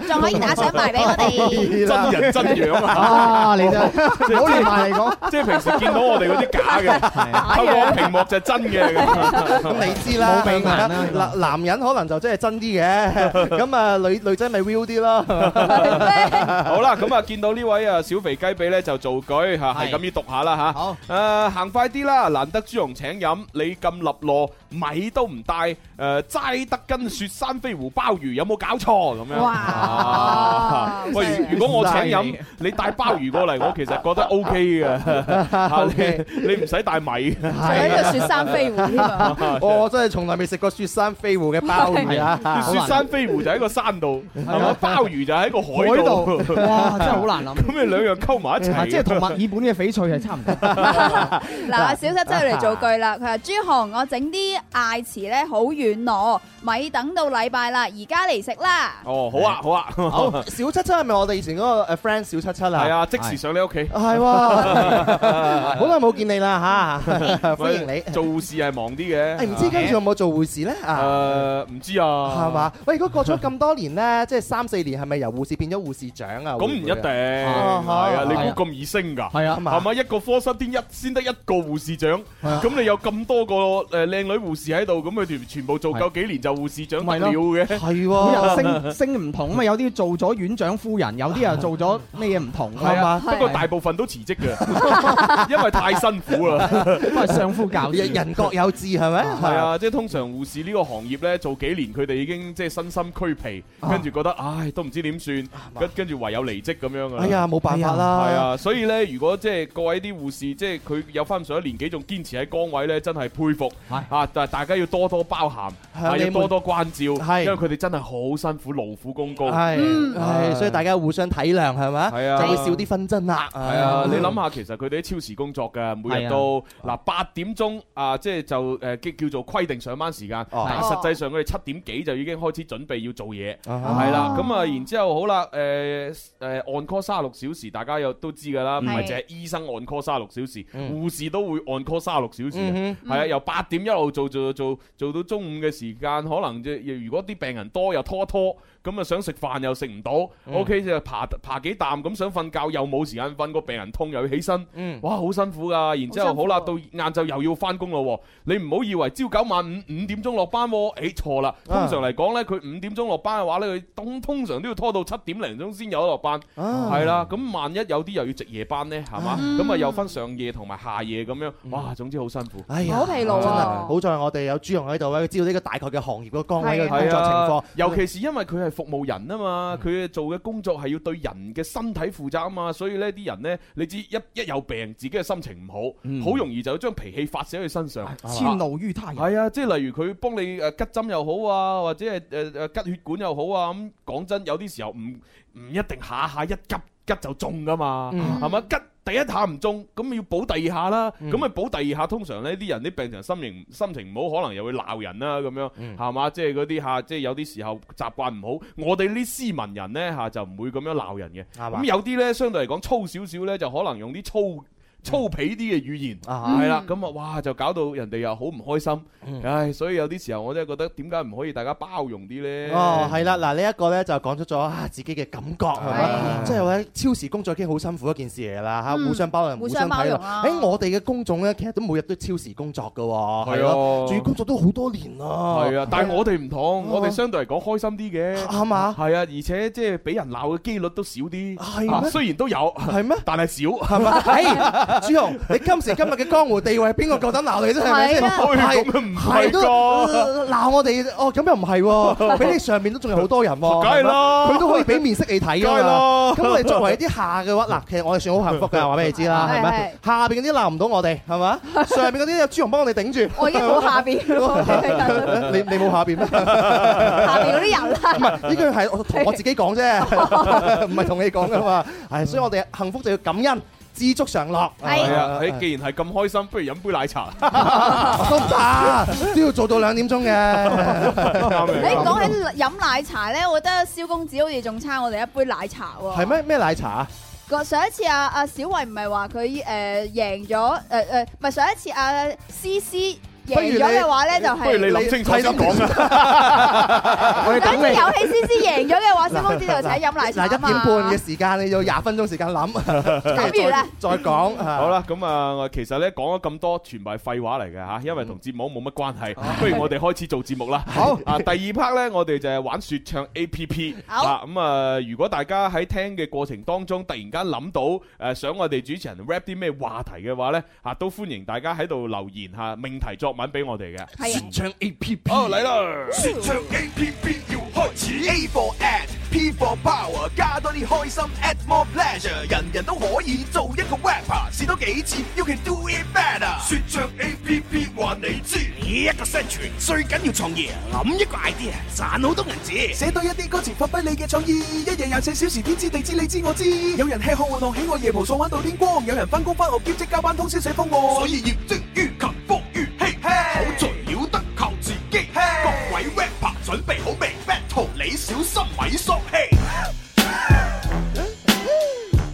E: 仲可以打賞埋俾我 哋。
C: 真人真樣啊！
F: 啊，你真係好連埋嚟講。
C: 即係平時見到我哋嗰啲 假嘅，透過屏幕就真嘅。
D: 咁你知啦，
F: 冇避難
D: 係
F: 啦
D: 咪男男人可能就真係真 啲嘅，咁啊女女仔咪 real 啲咯。
C: 好啦，咁啊，見到呢位啊小肥雞髀呢，就造句嚇，係
F: 係
C: 咁要讀下啦嚇。
F: 好，
C: 誒行快啲啦！難得朱紅請飲，你咁立落，米都唔帶，誒齋得跟雪山飛狐鮑魚，有冇搞錯咁樣？
E: 哇
C: 啊喂，
E: 犀利
C: 如如果我請飲，你帶鮑魚過嚟，我其實覺得 O K 嘅
D: OK
C: 嚇，你你唔使帶米。
E: 仲喺度雪山飛狐添啊！
D: 我真係從來未食過雪山飛狐嘅鮑魚啊！
C: 雪山飛狐就喺個山度，係嘛？鮑魚就喺個海
F: 啊海
C: 度
F: 度，，哇，真係好難諗。
C: 咁你兩樣溝埋一
F: 啊
C: 齊，
F: 即係同墨爾本嘅翡翠係差唔多。
E: 嗱，阿小七真係嚟造句啦。佢話：朱紅，我整啲艾糍咧好遠攞，咪等到禮拜啦，而家嚟食啦。
C: 哦，好啊，好啊，
D: 好小七七係咪我哋以前嗰個誒 friend 小七七啊？
C: 係，啊，即時上你屋企。
D: 係喎，好耐冇見你啦吓，啊歡迎你。哎
C: 做護士係忙啲 嘅。
D: 誒唔知跟住有冇做護士咧啊？
C: 誒唔知啊，
D: 係嘛？？喂，如果過咗咁多年咧，即係三四年，係咪由護士變咗護士長啊？
C: 咁唔一定，
D: 會會啊
C: 係啊，
D: 啊
C: 你估咁易升㗎？
F: 係啊
D: 係，嘛
C: 係咪一個科室先一先得一個護士長？
D: 啊
C: 咁你有咁多個誒靚女護士喺度，咁佢哋全部做夠幾年就護士長得
F: 咪
C: 了
F: 咯
C: 嘅？
D: 係
F: 每人
D: 喎，
F: 升升唔同啊嘛，有啲做咗院長夫人，有啲啊又做咗咩嘢唔同
D: 係
F: 啊嘛，
D: 嘛？
C: 不過大部分都辭職嘅， 因為太辛苦啦。
D: 啊
F: 都係相夫教子。
D: 人人各有志係咪？
C: 係啊，即係通常護士呢個行業呢，做幾年佢哋已經即係身心俱疲，
D: 啊
C: 跟住覺得唉都唔知點算，跟跟住唯有離職咁樣㗎啦。
D: 哎呀，冇辦法
C: 係
D: 啦。
C: 啊，所以咧，如果即係各位啲護士，即係佢有翻上一年紀仲堅持喺崗位咧，真係佩服
F: 係
C: 啊！但係大家要多多包涵，啊係
D: 係
C: 要
D: 你
C: 多
D: 們
C: 多關照，
D: 係啊
C: 因為佢哋真係好辛苦，勞苦功高。
D: 係，係，所以大家互相體諒係咪？
C: 嗯啊係啊
D: 就會少啲紛爭啦。係
C: 係啊，你諗下，其實佢哋喺超時工作嘅，每日都嗱八點鐘啊，即係就誒叫叫做規定上班時間，
D: 哦
C: 但係實際上佢哋七點幾就已經開始準備要做嘢，
D: 啊
C: 係啦。咁啊，然之後好啦，誒誒 on call 三十六小時，大家又都知㗎啦，唔係
D: 係
C: 淨係醫生 on call 三十六小時，護士都會 on call 三十六小時嘅
D: 嗯，
C: 係啊，由八點一路做做做做到中午嘅時間，可能即係如果啲病人多又拖一拖。咁啊想食飯又食唔到，OK 就爬爬幾啖，咁想瞓覺又冇時間瞓，個病人痛又要起身，
D: 嗯
C: 哇好辛苦啊噶。然之後好啦，到晏晝又要翻工咯喎。你唔好以為朝九晚五五點鐘落班喎，誒錯啦。通
D: 啊
C: 常嚟講呢，佢五點鐘落班嘅話呢，佢通通常都要拖到七點零鐘先有得落班，
D: 啊
C: 嗯係啦。咁萬一有啲又要值夜班呢，係嘛？咁啊又分上夜同埋下夜咁樣，
D: 嗯
C: 哇總之好辛苦。
D: 哎呀，
E: 好疲勞
D: 真係
E: 啊
D: 好在我哋有朱紅喺度啊咧，佢知道呢個大概嘅行業嘅崗位嘅工
C: 係
D: 作情
C: 啊
D: 況，，
C: 尤其是因為佢係服務人啊嘛，佢做嘅工作係要對人嘅身體負責啊嘛，所以呢啲人呢，你知一一有病，自己嘅心情唔
D: 嗯
C: 好，好容易就將脾氣發泄喺佢身上。
F: 嗯遷怒於他人。
C: 係啊，即係例如佢幫你誒吉針又好啊，或者係誒誒吉血管又好啊，咁講真，有啲時候唔唔一定下下一急吉就中噶嘛，
D: 嗯
C: 係嘛？吉第一下唔中，咁要補第二下啦，咁咪補第二下，通常呢啲人啲病人心情心情唔好，可能又會鬧人啦咁樣，
D: 嗯
C: 係嘛？即係嗰啲嚇，即係有啲時候習慣唔好，我哋呢啲斯文人呢，嚇就唔會咁樣鬧人嘅，
D: 係嘛
C: 咁有啲呢，相對嚟講粗少少呢，就可能用啲粗。粗鄙啲嘅語言，
D: 啊
C: 係啦，咁啊，哇，就搞到人哋又好唔開
D: 嗯
C: 心，唉，所以有啲時候我真係覺得點解唔可以大家包容啲呢？
D: 哦，係啦，嗱呢一個咧就講出咗啊自己嘅感覺係咪？即係話咧超時工作已經好辛苦一件事嚟啦嚇，
E: 嗯
D: 互相包容、
E: 互
D: 互
E: 相
D: 相體
E: 包
D: 諒。
E: 容啊啦
D: 喺我哋嘅工種咧，其實都每日都超時工作嘅喎，
C: 係啊
D: 咯，仲要工作都好多年啦。
C: 係啊，但係我哋唔同，
D: 啊
C: 我哋相對嚟講開心啲嘅，
D: 啱啊
C: 係啊，而且即係俾人鬧嘅機率都少啲，
D: 係
C: 啊
D: 咩
C: 雖然都有，
D: 係咩？
C: 但係少。
D: 係嘛？ 哎朱紅，你今時今日嘅江湖地位，邊個夠膽鬧你啫？係咪先？
E: 係啊
C: 喂哎咁樣唔係
D: 係都
C: 㗎
D: 呃鬧我哋，哦咁 又唔係喎，比你上面都仲有好多人喎。
C: 梗係啦
D: 係咪佢都可以俾面色你睇㗎
C: 梗係啦
D: 嘛。 咁我哋作為啲下 嘅話，嗱，其實我哋算好幸福㗎，話俾你知啦，係咪？下邊嗰啲鬧唔到我哋， 係嘛？上邊嗰啲有朱紅幫我哋頂 住。
E: 我已經冇下邊咯，
D: 你你冇下邊咩？
E: 下邊嗰啲人啦
D: 唔。係呢句係 我同我自己講啫，唔係同你講㗎嘛。係，所以我哋幸福就要感恩，知足常樂。
E: 係
C: 係啊，誒，既然係咁開心，不如飲杯奶茶。
D: 都 唔得，都要做到兩點鐘嘅。
C: 啱嘅
E: 誒哎講起飲奶茶咧，我覺得蕭公子好似仲差我哋一杯奶茶喎。
D: 係咩咩奶茶啊？
E: 個？上一次啊啊小慧唔係話佢誒呃贏咗誒誒，唔係上一次啊思思
D: 不如
E: 贏
D: 你
E: 咗嘅話咧，就
C: 不如你
E: 係
C: 諗清楚先講啊。
F: 我哋
E: 上一
F: 等
E: 次
F: 你。
E: 遊戲思思贏咗嘅話，蕭公子就請飲奶茶
D: 嗱一
E: 啊
D: 點半
E: 嘛。
D: 嘅時間，你要廿分鐘時間諗，
E: 咁完啦，
D: 再講。
C: 好
D: 好，
C: 啦，咁啊，其實咧講咗咁多，全部係廢話嚟嘅嚇，因為同節目冇乜關係。不如我哋開始做節目啦。哦好啊，第二 part 咧，我哋就係玩説唱 A P P
E: 好
C: 啊。咁啊，如果大家喺聽嘅過程當中，突然間諗到誒想我哋主持人 rap 啲咩話題嘅話咧，啊都歡迎大家喺度留言嚇命題作文俾我哋嘅。
E: 係啊。
D: 唱 A P P。
C: 好嚟啦！
A: 说唱 A P P 要開始，A for ad，P for power，加多啲開心，add more pleasure，人人都可以做一個 rapper，試多幾次，you can do it better。说唱 A P P 話你知，一個生存最緊要創意，諗一個 idea，賺好多銀紙，寫多一啲歌詞，發揮你嘅創意，一日廿四小時，天知地知你知我知。有人吃喝玩樂，喜愛夜蒲，爽玩到天光，有人翻工翻學，兼職加班，通宵寫方案，所以業精於勤，福於嬉，好在了得靠自己。各位 rapper 準備好未？battle 你小心咪索氣。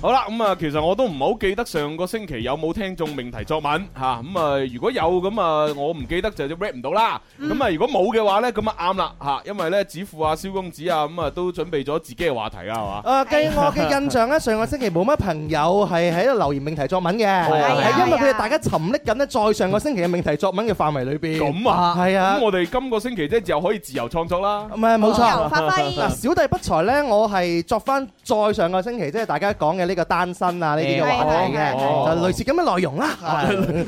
C: 好啦，咁啊，其實我都唔係好記得上個星期有冇聽眾命題作文嚇，咁啊，如果有咁啊，我唔記得就 rap 唔到啦。
F: 嗯
C: 咁啊，如果冇嘅話呢，咁啊啱啦嚇，因為呢，子富啊、蕭公子啊，咁啊都準備咗自己嘅話題啦，係嘛？
D: 誒，據我嘅印象咧，上個星期冇乜朋友係喺度留言命題作文嘅，
C: 啊
D: 係因為
E: 係啊
D: 佢哋大家沉溺緊咧，在上個星期嘅命題作文嘅範圍裏邊。
C: 咁啊，
D: 係
F: 哦
D: 啊
C: 咁我哋今個星期即係又可以自由創作啦。
D: 唔係冇
E: 自由
D: 錯。
E: 發
D: 嗱，
E: 揮。
D: 小弟不才咧，我係作翻再上個星期，即係大家講嘅呢個單身啊呢啲嘅話題嘅，
E: 係係
C: 係
D: 就類似咁嘅內容啦，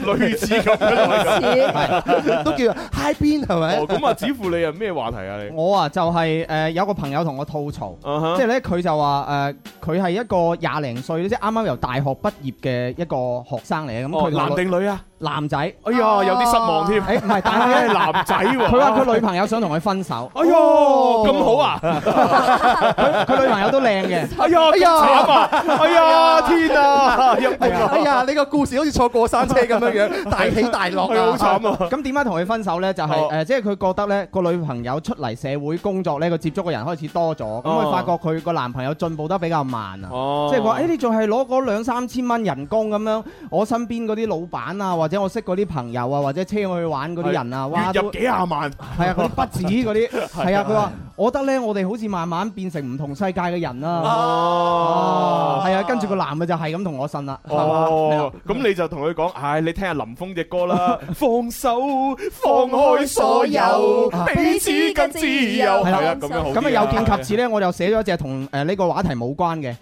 C: 類似咁嘅。
D: 哎係 都叫 high 邊係咪
C: 哦，？咁啊，子富你係咩話題 啊？你
F: 我啊就係誒有個朋友同我吐槽。
C: 啊哈
F: 即係咧，佢就話誒，佢係一個廿零歲，即係啱啱由大學畢業嘅一個學生嚟嘅。咁
C: 哦
F: 佢
C: 男
F: 同我
C: 定女啊？
F: 男仔。哎
C: 呀有啲失望添
F: 唔係，但係咧
C: 男仔喎
F: 佢話佢女朋友想同佢分手。
C: 哎呦，咁好啊！
F: 佢佢女朋友都 靚嘅。
C: 哎呀，哎呀，慘啊！哎 呀，天啊！入
D: 哎呀哎呀，你個故事好似坐過山車咁樣樣，大起大落
C: 哎
D: 啊！
F: 咁點解同佢分手呢？就係呃
D: 哦
F: 誒，即係佢覺得呢個女朋友出嚟社會工作呢，佢接觸嘅人開始多咗，咁
D: 哦
F: 佢發覺佢個男朋友進步得比較慢啊。
C: 哦
F: 即係話誒，你仲係攞嗰兩三千蚊人工咁樣，我身邊嗰啲老闆啊，或者我識嗰啲朋友啊，或者車我去玩嗰啲人啊，哇，
C: 月入
F: 都
C: 幾廿萬，
F: 係啊，嗰啲不止嗰啲，係啊，佢話我覺得呢，我哋好似慢慢變成唔同世界嘅人啦。
C: 哦
F: 係啊，跟住個男嘅就係咁同我呻啦，係啊嗯嘛
C: 哦，咁你就同佢講，唉，你聽下林峰隻歌 啦，放手，放開所有，
F: 啊
C: 彼此更自由，係啦，咁樣好啲啊。
F: 咁啊，有見 及此咧，我就寫咗一隻同誒呢個話題冇關嘅，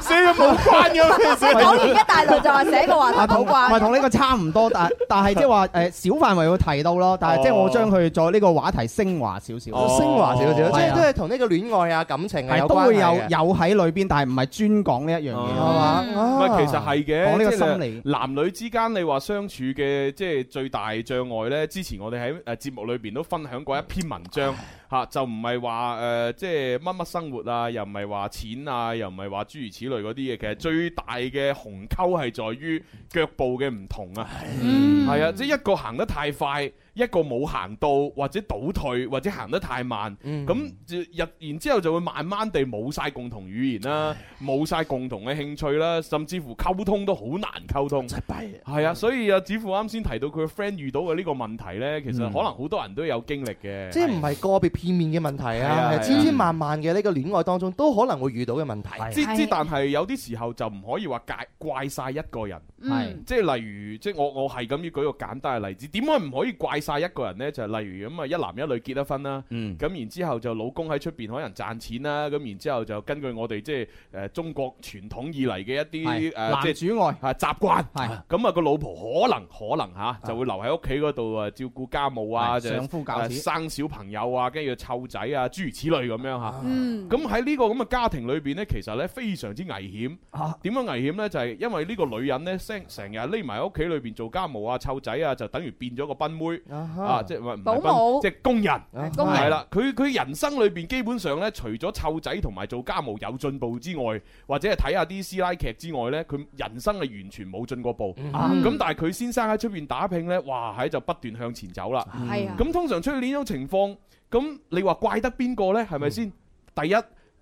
C: 寫咗冇關嘅咩寫
E: 講完一大輪就話寫個話題冇關
F: 唔啊係同呢個差唔多，但但係即係話誒小範圍會提到咯，但係即係我將佢再呢個話題升華少少，
D: 升華少少，即
F: 係
D: 係
F: 啊
D: 都係同呢個戀愛啊、感情啊哦有
F: 係都
D: 關係
F: 會有
D: 嘅。
F: 有喺裏邊，但係唔係專講呢一樣嘢，
C: 哦
F: 係嘛？
C: 唔啊係，其實係嘅，
F: 講呢個
C: 即係
F: 心理
C: 男女之間，你話相處嘅即係最大障礙呢。之前我哋喺呃誒節目裏邊都分享過一篇文章嚇、就唔係話誒即係乜乜生活啊，又唔係話錢啊，又唔係話諸如此類嗰啲嘢。其實最大嘅鴻溝係在於腳步嘅唔同啊，
D: 嗯
E: Ừ.
C: 係啊，即係一個行得太快。一個冇行到，或者倒退，或者行得太慢，
D: 嗯
C: 咁就日然之後就會慢慢地冇晒共同語言啦，冇晒共同嘅興趣啦，甚至乎溝通都好難溝通。真弊係啊，所以啊，子富啱先提到佢嘅 friend 遇到嘅呢個問題呢，其實可能好多人都有經歷嘅。
D: 嗯即係唔係個別片面嘅問題
C: 係啊
D: 啊，
C: 係啊
D: 係千千萬萬嘅呢個戀愛當中都可能會遇到嘅問題。
C: 之之，但係有啲時候就唔可以話怪怪晒一個人，
E: Ừ.
D: 嗯
C: 即係例如，即係我我係咁要舉個簡單嘅例子，點解唔可以怪晒一個人呢？就係例如咁啊，一男一女結咗婚啦，
F: 嗯
C: 咁然之後就老公喺出邊可能賺錢啦，咁然之後就根據我哋即係誒中國傳統以嚟嘅一啲
F: 係
C: 誒
F: 男
C: 呃即係
F: 主外
C: 係習慣，
F: 係
C: 咁啊個老婆可能可能嚇就會留喺屋企嗰度啊照顧家務啊，
F: 係
C: 就
F: 相夫教
C: 誒
F: 子
C: 生小朋友啊，跟住湊仔啊，諸如此類咁樣
E: Ừ.
C: 嚇。
E: 嗯
C: 咁喺呢個咁嘅家庭裏邊呢，其實呢非常之危險。點樣危險呢？就係因為呢個女人呢，成成日匿埋喺屋企裏邊做家務啊、湊仔啊，就等於變咗個賓妹啊，即係唔係唔係
E: 保姆
C: 賓即係工人。
E: 工人
C: 係啦，佢佢人生裏邊基本上呢，除咗湊仔同埋做家務有進步之外，或者係睇下啲師奶劇之外呢，佢人生係完全冇進過步。
E: 嗯 Ừ.
F: 啊
C: 咁但係佢先生喺出邊打拼呢，哇喺就不斷向前走啦。
F: 係
E: à.
F: 啊
C: 咁通常出現呢種情況，咁你話怪得邊個呢？係咪先？第一。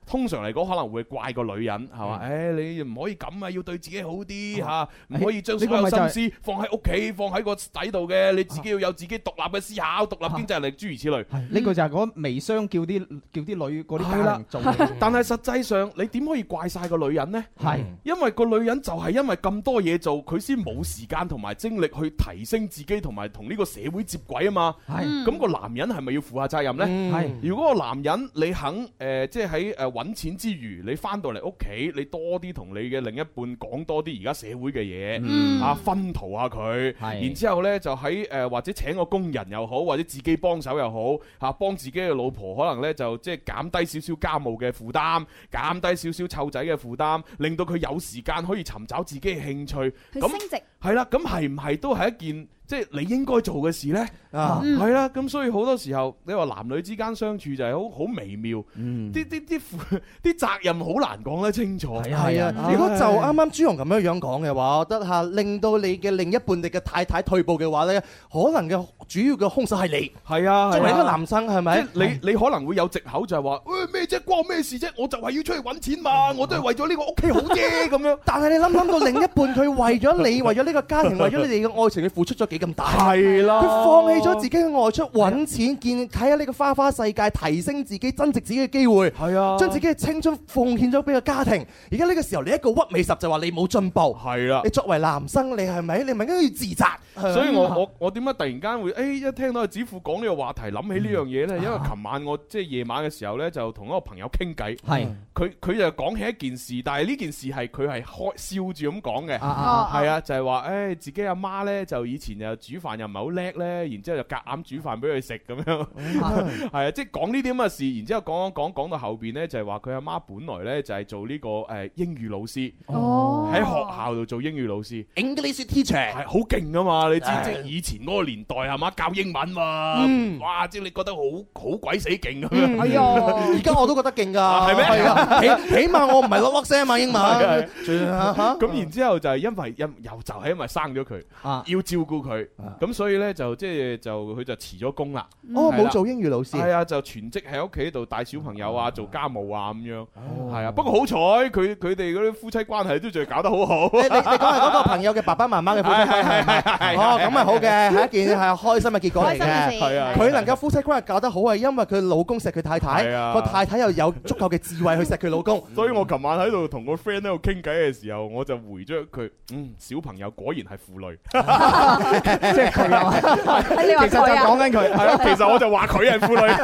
C: 通常嚟講，可能會怪個女人係嘛？誒，你唔可以咁啊，要對自己好啲嚇，唔可以將所有心思放喺屋企，放喺個仔度嘅，你自己要有自己獨立嘅思考、獨立經濟力，諸如此類。
F: 呢句就係嗰微商叫啲叫啲女嗰啲
C: 係
F: 家
C: 啦
F: 庭做嘅，
C: 但係實際上，你點可以怪晒個女人呢？
F: 嗯係
C: 因為個女人就係因為咁多嘢做，佢先冇時間同埋精力去提升自己，同埋同呢個社會接軌啊嘛。
F: 係
C: 咁個男人係咪要負下責任呢？
F: 嗯係
C: 如果個男人你肯誒、呃即係喺誒揾錢之餘，你翻到嚟屋企，你多啲同你嘅另一半講多啲而家社會嘅嘢，
F: 嗯
C: 啊分圖下佢，
F: 係
C: 然之後呢，就喺誒、呃或者請個工人又好，或者自己幫手又好，嚇、幫自己嘅老婆可能呢，就即係減低少少家務嘅負擔，減低少少湊仔嘅負擔，令到佢有時間可以尋找自己嘅興趣，
E: 去升值
C: 係啦，咁係唔係都係一件即係你應該做嘅事呢？
D: 啊
E: 嗯
C: 係啦，咁所以好多時候你話男女之間相處就係好好微妙，
D: 嗯
C: 啲啲啲負 啲責任好難講得清楚。
D: 係啊，如果就啱啱朱紅咁樣樣講嘅話，我覺得嚇令到你嘅另一半、你嘅太太退步嘅話咧，可能嘅主要嘅兇手係你。
C: 係啊，
D: 作為一
C: 係啊
D: 個男生係咪
C: 即？係你你可能會有藉口就係話，喂咩啫，關我咩事啫？我就係要出去揾錢嘛，我都係為咗呢個屋企好 啫咁樣。
D: 但係你諗諗到另一半，佢為咗 你，為咗呢個家庭，為咗你哋嘅愛情，佢付出咗幾咁大？
C: 係啦
D: 佢放棄咗自己嘅外出揾錢，見睇下呢個花花世界，提升自己、增值自己嘅機會。
C: 係啊
D: 將自己嘅青春奉獻咗俾個家庭。而家呢個時候，你一個屈尾十就話你冇進步。
C: 係啦
D: 你作為男生，你係咪？你咪應該要自責。嗯
C: 所以我我我點解突然間會誒、哎一聽到阿子富講呢個話題，諗起呢樣嘢呢？因為琴晚我即係夜晚嘅時候呢，就同一個朋友傾偈，
F: 係
C: 佢佢就講起一件事，但係呢件事係佢係開笑住咁講嘅，係
F: 啊啊
C: 啊，就係話話誒自己阿媽咧就以前又煮飯又唔係好叻咧，然之後就夾硬煮飯俾佢食咁樣，係啊，即係講呢啲咁嘅事，然之後講講講到後邊咧就係話佢阿媽本來咧就係做呢個誒英語老師，
D: 哦
C: 喺學校度做英語老師
D: ，English teacher
C: 係好勁噶嘛，你知
D: 係
C: 即係以前嗰個年代係嘛教英文
D: 嗯
C: 嘛，哇！即係你覺得好好鬼死勁咁
D: 嗯哎
C: 樣。
D: 而家我都覺得勁㗎，
C: 係咩
D: 係啊，起起碼我唔係啊落落聲嘛，英文。
C: 咁然之後就係因為因又就係因為生咗佢，要照顧佢，咁所以咧就即係就佢就辭咗工啦。
D: 哦，
C: 係
D: 冇
C: 啦
D: 做英語老師。
C: 係啊，就全職喺屋企度帶小朋友啊，
D: 哦
C: 做家務啊咁樣。係啊，不過好彩佢佢哋嗰啲夫妻關係都仲係搞得好 好。
D: 你你你講係嗰個朋友嘅爸爸媽媽嘅夫妻關係係咪哦，咁咪好嘅，係一件係開心嘅結果嚟
C: 開心嘅
D: 嘅。
C: 事係啊
D: 佢能夠夫妻關係搞得好係因為佢老公錫佢太太
C: 係，啊
D: 個太太又有足夠嘅智慧去錫佢老公。
C: 所以我琴晚喺度同個 friend 喺度傾偈嘅時候，我就回咗佢：嗯，小朋友果然係負累，即係佢啊，
F: 你話佢啊其實就
E: à.
F: 講緊佢
C: 係啊，其實我就話佢係負累。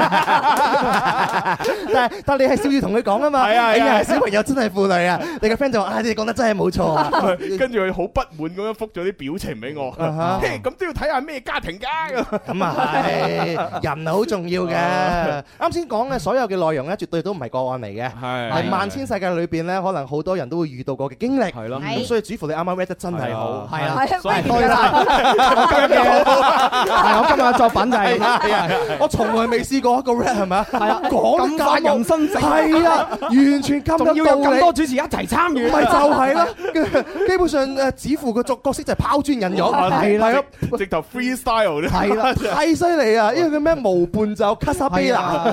D: 但係但係你係笑住同佢講啊嘛，
C: 係啊係啊
D: 哎呀，小朋友真係負累啊！你個 friend 就話：，啊，你講得真係冇錯啊！
C: 跟住佢好不滿咁樣覆咗啲表情俾我，
D: 哈
C: 嘿咁都要睇下咩家庭㗎。
D: 咁啊係，人好重要嘅。啱先講嘅所有嘅內容咧，絕對都唔係個案嚟嘅，係萬千世界裏邊咧，可能好多人都會遇到過嘅經歷。係
C: 咯
D: 咁所以主乎你啱啱 read 得真係好，
F: 係
D: 啊
F: 啊
D: 所以
F: 不如
D: 係啦，
F: 今日係我今日嘅作品就係
D: 係啊係啊係啊我從來未試過一個 rap 係咪啊？係啊講
F: 咁快人生成
D: 係啊，完全咁
F: 仲要有咁多主持一齊參與
D: 咪就係咯。基本上誒，指父個角角色就係拋磚引玉，
C: 係
D: 係啊
C: 啦， 直頭 freestyle 咧，
D: 係啦，太犀利啊！因為佢咩無伴奏卡莎比娜，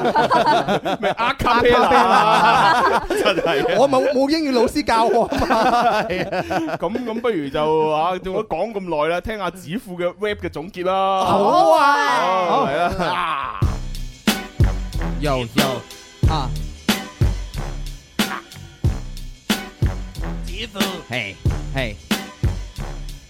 C: 咩阿卡貝拉， 真係啊
D: 我冇冇英語老師教我啊嘛。
C: 咁咁，不如就啊，仲我講咁耐啦，聽下子富嘅 rap 嘅總結啦。
D: 好啊
C: 好係啦。
F: Yo yo 啊，
K: 指父
F: 嘿嘿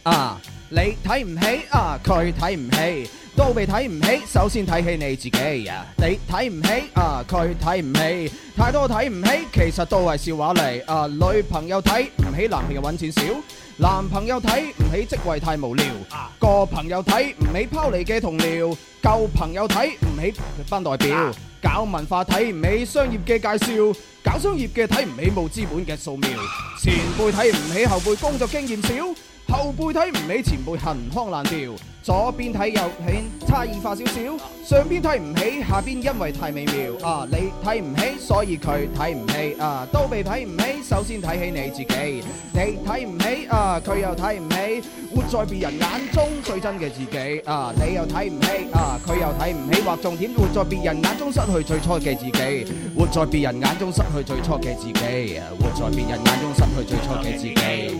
F: 啊，你睇唔起啊，佢睇唔起，都被睇唔起，首先睇起你自己啊！你睇唔起啊，佢睇唔起，太多睇唔起，其實都係笑話嚟啊！女朋友睇唔起男朋友揾錢少，男朋友睇唔起職位太無聊，個朋友睇唔起拋離嘅同僚，舊朋友睇唔起班代表。搞文化睇唔起商業嘅介紹，搞商業嘅睇唔起冇資本嘅掃描，前輩睇唔起後輩工作經驗少，後輩睇唔起前輩行腔爛調，左邊睇右邊差異化少少，上邊睇唔起下邊因為太美妙啊！你睇唔起，所以佢睇唔起啊，都被睇唔起，首先睇起你自己，你睇唔起啊，佢又睇唔起，活在別人眼中最真嘅自己啊，你又睇唔起啊，佢又睇唔起，或重點活在別人眼中失去最初嘅自己，活在別人眼中失去最初嘅自己，啊活在別人眼中失去最初嘅自己。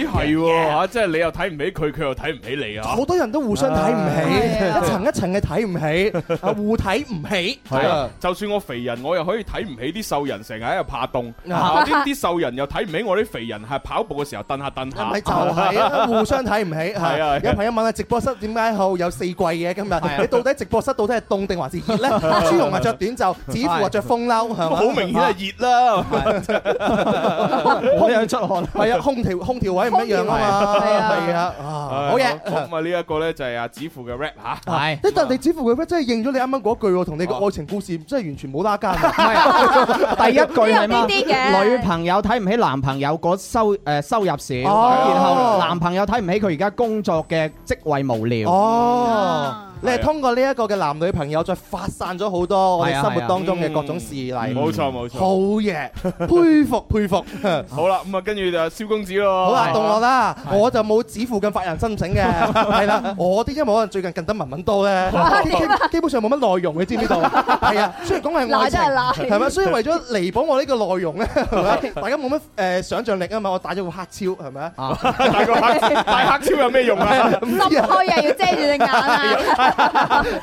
C: 咦係喎啊嚇，即係你又睇唔起佢，佢又睇唔起你啊！
D: 好多人都互相睇唔起，一層一層嘅睇唔起，啊互睇唔起。
C: 係啊，就算我肥人，我又可以睇唔起啲瘦人，成日喺度怕凍。
D: 啊
C: 啊啲啲瘦人又睇唔起我啲肥人，係跑步嘅時候蹬下蹬下。
D: 咪就係 啊，互相睇唔起
C: 係啊
D: 嚇。有朋友問啊，直播室點解後有四季嘅今
C: 啊
D: 日？你到底直播室到底係凍定還是熱咧？ 朱紅話着短袖，子父話着風褸，係嘛？
C: 好明顯係熱啦。
D: 好有出汗。 係啊，空調空調位唔一樣啊嘛。
C: 係啊
D: 係啊，啊好嘢。
C: 咁啊，呢一個咧就係阿子富嘅 rap 嚇。
D: 係，即但你似乎佢真係應咗你啱啱嗰句喎，同你嘅愛情故事真係完全冇拉更啊。
F: 第一 句係
D: 邊
F: 乜？
D: 啲嘅
F: 女朋友睇唔起男朋友嗰收誒收入少，
D: 哦
F: 然後男朋友睇唔起佢而家工作嘅職位無 聊。
C: 啊
D: 哦，你係通過呢一個嘅男女朋友，再發散咗好多我哋
F: 係啊
D: 生活當中嘅各種事例。
C: 嗯冇錯冇錯
D: 好嘢， 佩服佩 服。
C: 好啦，咁啊，跟住就蕭公子咯。
D: 好啦，到我啦，我就冇指附近發人申請 嘅，係啦，我啲因為可能最近近得文文多咧，基基基本上冇乜內容，你知唔知 道？係啊，雖然講係愛情，
E: 賴真係賴
D: 係咪？所以為咗彌補我呢個內容咧， 係咪大家冇乜誒想像力啊嘛，我帶咗個黑超係咪啊？
C: 大個黑大黑超有咩用啊？
D: 唔知啊
E: à, 開啊要遮住隻眼啊！
D: 係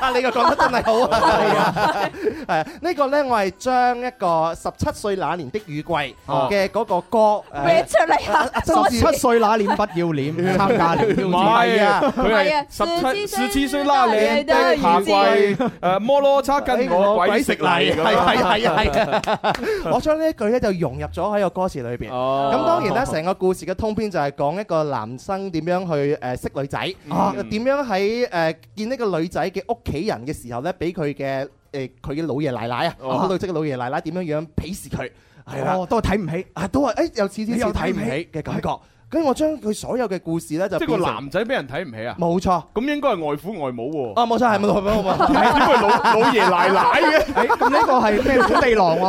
D: 啊，你個講得真係好 啊！係啊，係啊呢個咧，我係將一個十七歲那年的雨季
F: 哦
D: 嘅嗰個歌誒
E: Read 出嚟啊
D: 啊曾
E: 多
D: 志
E: 謝
F: 七歲那年不要臉，參加 年挑戰。
D: 係啊
C: 佢係
E: 係
C: 十
E: 啊
C: 七十七歲拉你的夏季，誒摩羅叉
D: 啊
C: 跟我鬼食泥
D: 係
C: 咁
D: 係
C: 啊！
D: 係係係。 我將呢一句咧就融入咗喺個歌詞裏邊。
C: 哦
D: 咁當然啦，成個故事嘅通篇就係講一個男生點樣去誒識女仔，啊點樣喺誒見呢個女仔嘅屋企人嘅時候咧，俾佢嘅誒佢嘅老爺奶奶啊，
C: 哦
D: 嗰女仔嘅老爺奶奶點樣樣鄙視佢，係啦
F: 哦，，都係睇唔起。
D: 啊都係誒又似似
F: 你
D: 似
F: 又
D: 睇唔
F: 睇唔
D: 起
F: 起
D: 嘅感覺。跟住我將佢所有嘅故事咧就
C: 即係個
D: 變成
C: 男仔俾人睇唔起啊！
D: 冇錯，
C: 咁應該係外父外 母喎，
D: 啊冇錯係冇錯冇錯冇錯。
C: 點會老老爺奶奶 嘅？
F: 誒咁呢個係咩本地郎喎？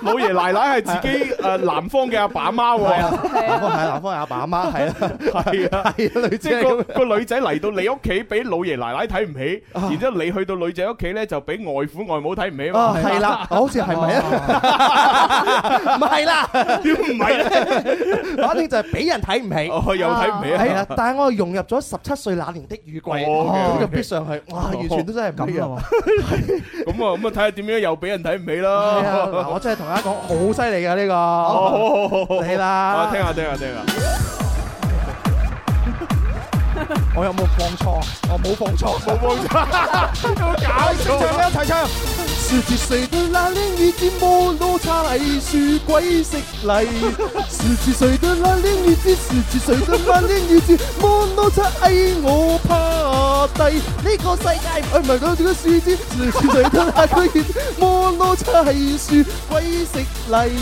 C: 老爺奶奶係 自己誒南方嘅阿爸阿媽喎，
E: à?
D: 南方係南方係阿爸阿媽係啦，
C: 係啊。
D: 係啊，類
C: 即
D: 似係
C: 係個
D: 咁。
C: 個女仔嚟到你屋企，俾老爺奶奶睇唔起，然之後你去到女仔屋企咧，就俾外父外母睇唔起嘛
D: 哦，。係啦，好似係咪
C: 哦
D: 啊？唔係啦，
C: 點唔 係咧？
D: 反正就係俾人睇唔起。
C: 哦，又睇唔起
D: 係
C: 啊！
D: 啦，但係我融入咗十七歲那年的雨季，
C: 哦
D: 咁就
C: OK，OK 哦啊
D: 逼上去，哇！完全都真係唔一樣。
C: 咁啊，咁啊，睇下點樣又俾人睇唔起啦
D: 係。啊，嗱，我真係同大家講，好犀利㗎呢
C: 哦，好好好
D: 個，你啦
C: 我，聽下聽下聽下。
D: 我有冇放錯？我冇放錯。
C: 冇冇錯，有冇搞錯。
D: 齊唱。是節誰的那年雨節摩羅差泥樹鬼食泥，是節誰的那年雨節，是節誰的那年雨節摩羅差哎我趴低，呢、個世界哎唔係嗰個樹枝，是節誰的那年雨節摩羅差泥樹鬼食泥，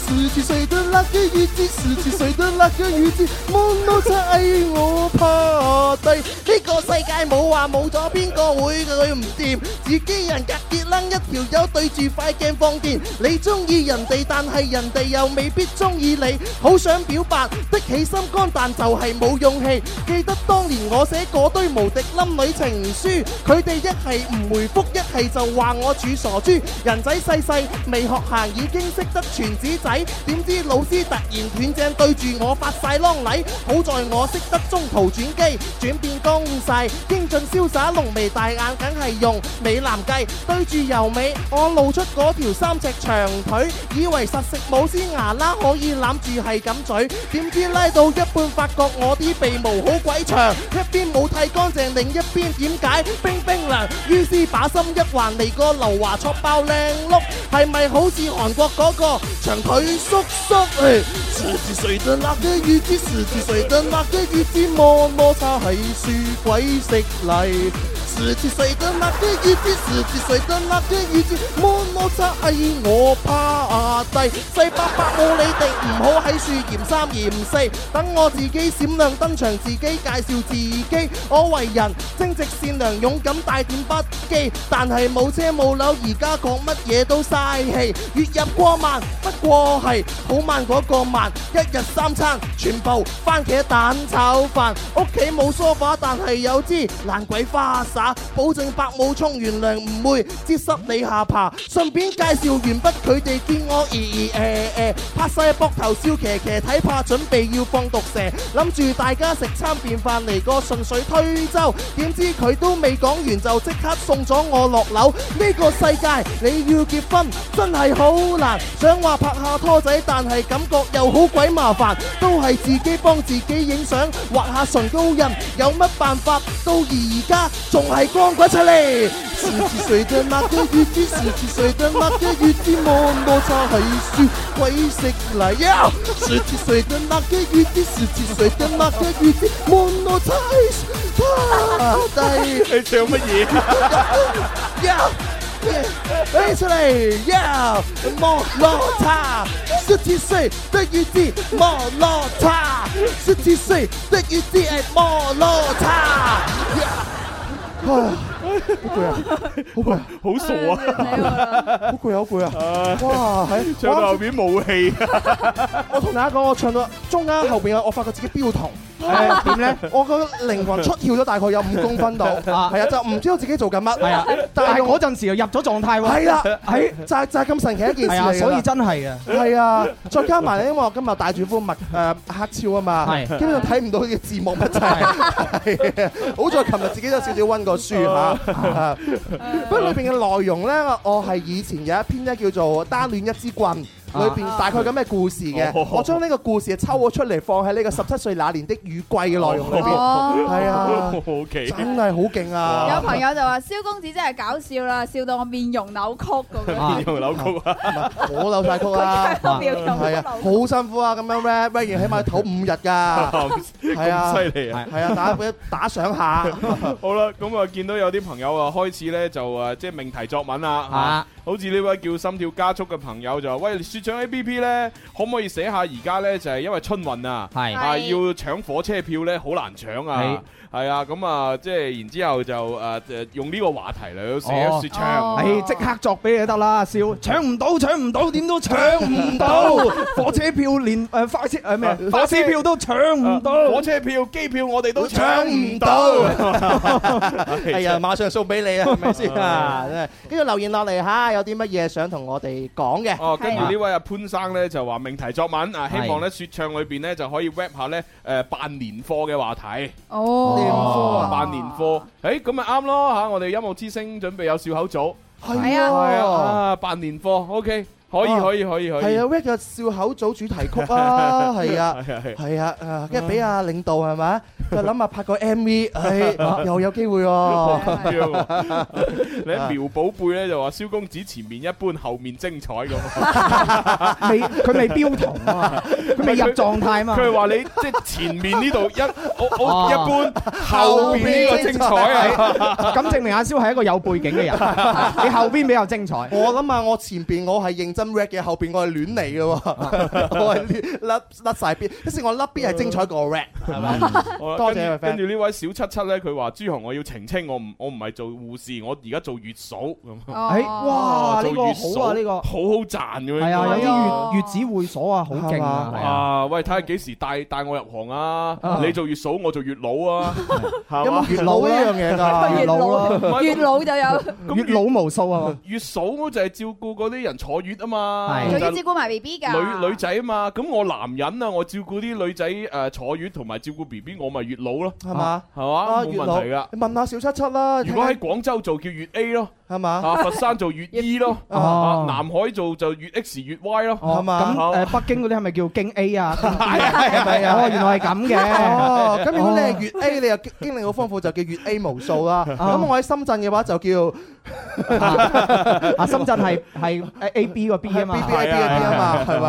D: 是節誰的那年雨節，是節誰的那年雨節摩羅差哎我趴低，呢、個世界冇話冇咗邊個會佢唔掂，自己人格結楞一條友對住塊鏡放電，你中意人哋，但係人哋又未必中意你，好想表白，的起心肝，但就係冇勇氣。記得當年我寫嗰堆無敵冧女情書，佢哋一係唔回覆，一係就話我處傻豬。人仔細細未學行，已經識得傳紙仔，點知老師突然斷正對住我發晒啷禮，好在我識得中途轉機，轉變攻勢，英俊瀟灑，濃眉大眼，梗係用美男計。對住油尾，我露出嗰條三尺長腿，以為實食冇支牙啦，可以攬住係咁嘴。點知拉到一半，發覺我啲鼻毛好鬼長，一邊冇剃乾淨，另一邊點解冰冰涼？於是把心一橫，嚟個劉華戳爆靚碌，係咪好似韓國嗰個長腿叔叔？哎是是誰的那個雨子？是是誰的那個雨子？摸摸它係樹鬼食泥。是是誰的那個雨子？是是誰的那個雨子？摸摸它係我趴低。細伯伯冇你哋唔好喺樹嫌三嫌四，等我自己閃亮登場，自己介紹自己。我為人正直善良，勇敢帶點不羈，但係冇車冇樓，而家講乜嘢都嘥氣。月入過萬，不過係好慢嗰個慢，一日三餐全部番茄蛋炒飯。屋企冇梳化，但係有支爛鬼花灑，保證伯母沖完涼唔會擠濕你下巴。順便介紹完畢，佢哋見我咦咦誒誒，拍晒膊頭笑騎騎，睇怕準備要放毒蛇，諗住大家食餐便飯嚟個順水推舟，點知佢都未講完就即刻送咗我落樓。呢個世界你要結婚真係好難，想話拍下拖仔，但係感覺又好鬼麻煩，都係自己幫自己影相，畫下唇膏印，有乜辦法？到而家仲係光鬼出嚟。是是誰的那個月子？是是誰的那個月子？摸摸它係雪鬼食泥呀！是是誰的那個月子？是是誰的那個月子？摸摸它係趴低。
C: 你唱乜嘢？
D: 呀！飛出嚟呀！摩洛塔，十七歲的雨季，摩洛塔，十七歲的雨季係摩洛塔。呀！好攰啊！好攰啊！
C: 好傻啊！
E: à?
D: 好攰啊！好攰啊！哇！係
C: 唱到後邊冇氣啊！
D: 我同大家講，我唱到中間後邊啊，我發覺自己飆糖，係誒點咧？我個靈魂出竅咗大概有五公 分度，
F: 啊
D: 係啊，就唔知道自己做緊乜。
F: 係啊，但
D: 但係
F: 係
D: 用
F: 嗰陣時又入咗狀態喎。
D: 係啦，
F: 係
D: 就係就係咁神奇一件
F: 係
D: 事
F: 啊，
D: 嚟㗎
F: 所以
D: 啦
F: 真係啊。
D: 係啊，再加埋咧，因為我今日戴住副墨誒黑超啊嘛，
F: 係
D: 基本上睇唔到呢個字幕乜滯。係啊好在琴日自己有少少温過書嚇，啊不過裏邊嘅內容咧，我係以前有一篇咧叫做《單戀一支棍》。裏邊大概咁嘅故事嘅，
C: 哦
D: 我將呢個故事啊抽咗出嚟，放喺呢個十七歲那年的雨季嘅內容裏邊，
E: 哦，
D: 係啊，
C: O K，
D: 真係好勁啊！
E: 有朋友就話蕭公子真係搞笑啦，笑到我面容扭曲咁樣，
C: 用扭曲 啊，
D: 我扭晒曲 啦，
E: 我面容
D: 係啊，
E: 扭曲。
D: 好辛苦啊！咁樣 rap rap 完起碼唞五日㗎。係
C: 咁
D: 啊
C: 犀利啊！
D: 係啊，大家俾打賞下，
C: 好啦，咁啊，見到有啲朋友啊，開始咧就啊，即係命題作文啦，
F: 啊
C: 好似呢位叫心跳加速嘅朋友就話：喂，雪唱 A P P 咧，可唔可以寫下而家咧就係因為春運啊，
F: 係
C: 啊
E: 係
C: 要搶火車票咧好難搶啊，係啊，咁啊，即係然之後就誒誒用呢個話題嚟到寫
F: 哦
C: 雪唱，啊
F: 唉，即刻 作俾你得啦，笑搶唔到，搶唔到，點都搶唔到，火車票連誒快車誒咩
C: 火車
F: 火車票都搶唔到，
C: 火車票、機票我哋都
D: 搶
C: 搶
D: 唔
C: 唔
D: 到
C: 到，
D: 係啊，馬上送俾你啊，係 咪先啊？真係跟住留言落嚟嚇，有啲乜嘢想同我哋講嘅？
C: 哦，跟住
E: 係啊
C: 呢位阿潘生咧就話命題作文啊，希望咧説唱裏邊咧就可以 rap 下咧誒辦年貨嘅話題，
E: 哦，
D: 年貨啊
C: 辦年貨，誒咁咪啱咯嚇，我哋音樂之星準備有笑口組，
E: 係啊
C: 係啊
D: 啊，
C: 啊，辦年貨，OK，可以
D: 啊
C: 可以可以可以
D: 係，啊，rap 嘅笑口組主題曲啊，係啊。
C: 係啊 係啊
D: 係啊，啊跟住俾阿領導係咪？就諗下拍個 MV，唉， 又有機會喎。
C: 咁樣喎你喺苗寶貝咧就話蕭公子前面一般，後面精彩 咁。
F: 未佢未標同啊，佢未入狀態嘛，
C: 佢話你即係前面呢度一我我
F: 哦
C: 一般，後邊呢個精彩啊！
F: 咁證明阿蕭係一個有背景嘅 人，你後邊比較精彩。
D: 我諗下，我前邊我係認真 rap 嘅，後邊我係亂嚟嘅 喎，我係甩甩晒邊，即使我甩邊係精彩 過 rap，係咪？
C: 好啦
D: 多謝
C: 跟
D: 啊
C: 跟住呢位小七七咧，佢話朱紅，我要澄清，我唔我唔係做護士，我而家做月嫂咁。
F: 哎，哇！
C: 哦
F: 呢個
C: 做月
F: 好
C: 嫂
F: 啊，呢個
C: 好好賺咁樣。
F: 係啊，有
E: 係
F: 啲
E: 啊
F: 月月子會所啊，好勁啊，係啊。
C: 啊！喂，睇下幾時帶帶我入行啊！
F: 啊
C: 你做月嫂，我做月佬 啊，係
D: 有
C: 嘛
D: 冇？月啊老呢樣嘢 㗎？
E: 月老，月老就有，
C: 咁
F: 月老無數啊！
C: 月嫂就係照顧嗰啲人坐月啊嘛，
F: 係
E: 仲
C: 就
E: 要照顧埋 B B 㗎。
C: 女女仔啊嘛。咁我男人啊，我照顧啲女仔誒坐月同埋照顧 B B，我咪月佬咯，
D: 係嘛？
C: 係嘛？
D: 啊，
C: 冇
D: 月
C: 問題
D: 老
C: 㗎。，
D: 你問下小七七啦。
C: 如果喺
D: 睇
C: 廣州做叫粵 A 咯，
D: 睇係嘛？
C: 啊佛山做粵 E 咯，啊
F: 哦
C: 南海做就粵 X 粵 Y 咯，
D: 係嘛
F: Ờ. 咁誒，北京嗰啲係咪叫京 A 啊？
D: 係啊係啊係啊
F: 哦，原來係咁嘅。
D: 哦，咁如果你係月 A，你又經經歷好豐富，就叫月 A 無數啦。咁我喺深圳嘅話就叫
F: 啊，深圳係係誒 A B 個 B 啊
D: B B A
F: 嘛。
D: B A B 啊嘛，係咪？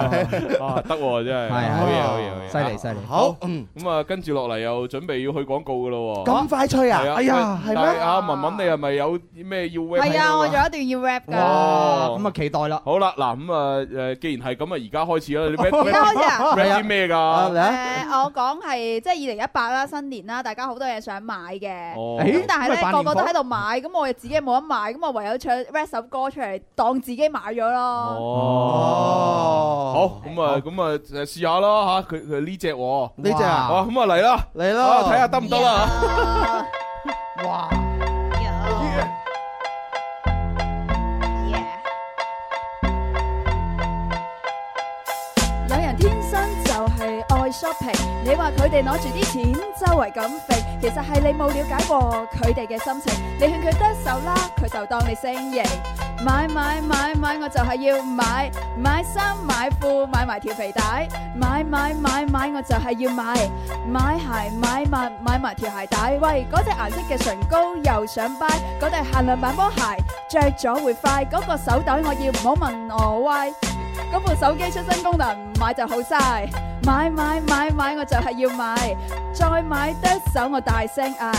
C: 啊得喎真係，
F: 係啊
C: 好嘢好嘢好嘢，
F: 犀利犀利。
D: 好，嗯，
C: 咁啊，跟住落嚟又準備要去廣告噶咯喎。
D: 咁快吹啊
C: 係！
D: 哎呀，係
C: 喂但
D: 咩？
C: 啊，文文你係咪有啲咩要 w
E: 係啊，我仲有一段要 rap
C: 哇
D: 哦
E: 㗎。
F: 咁啊，期待啦。
C: 好啦，嗱咁啊誒，既然係咁啊，而家開始啦，你 rap
E: 而家
C: rap
E: 開始啊！
D: 係
C: rap
D: 啊
C: 啲咩
D: 啊，
C: 㗎？
D: 嚟啊！
E: 誒，我講係即係二零一八啦，新年啦，大家好多嘢想買嘅。
C: 哦
F: 誒
E: 咁但係
F: 咁咪
E: 咧
F: 辦
E: 個個都
F: 年貨
E: 喺度買，咁我又自己冇得買，咁我唯有唱 rap 首歌出嚟當自己買咗咯。
C: 哦，好
D: 哦，
C: 咁啊咁啊誒試下啦嚇，佢佢呢只喎，
D: 呢隻啊，
C: 啊咁啊嚟啦，
D: 嚟
C: 啊
D: 啦，
C: 睇下得唔得啦嚇。
F: 哇！
E: 有人天生就係愛 shopping，你話佢哋攞住啲錢周圍咁揈，其實係你冇了解過佢哋嘅心情。你勸佢得手啦，佢就當你星型。買買買買，我就係要買，買衫買褲買埋條皮帶，買買買買，我就係要買，買鞋買襪買埋條鞋帶。喂，嗰隻顏色嘅唇膏又想 buy，嗰對限量版波鞋着咗會快，嗰、個手袋我要，唔好問我 why。嗰部手機出新功能，唔買就好嘥。買買買買，我就係要買，再買得手我大聲嗌。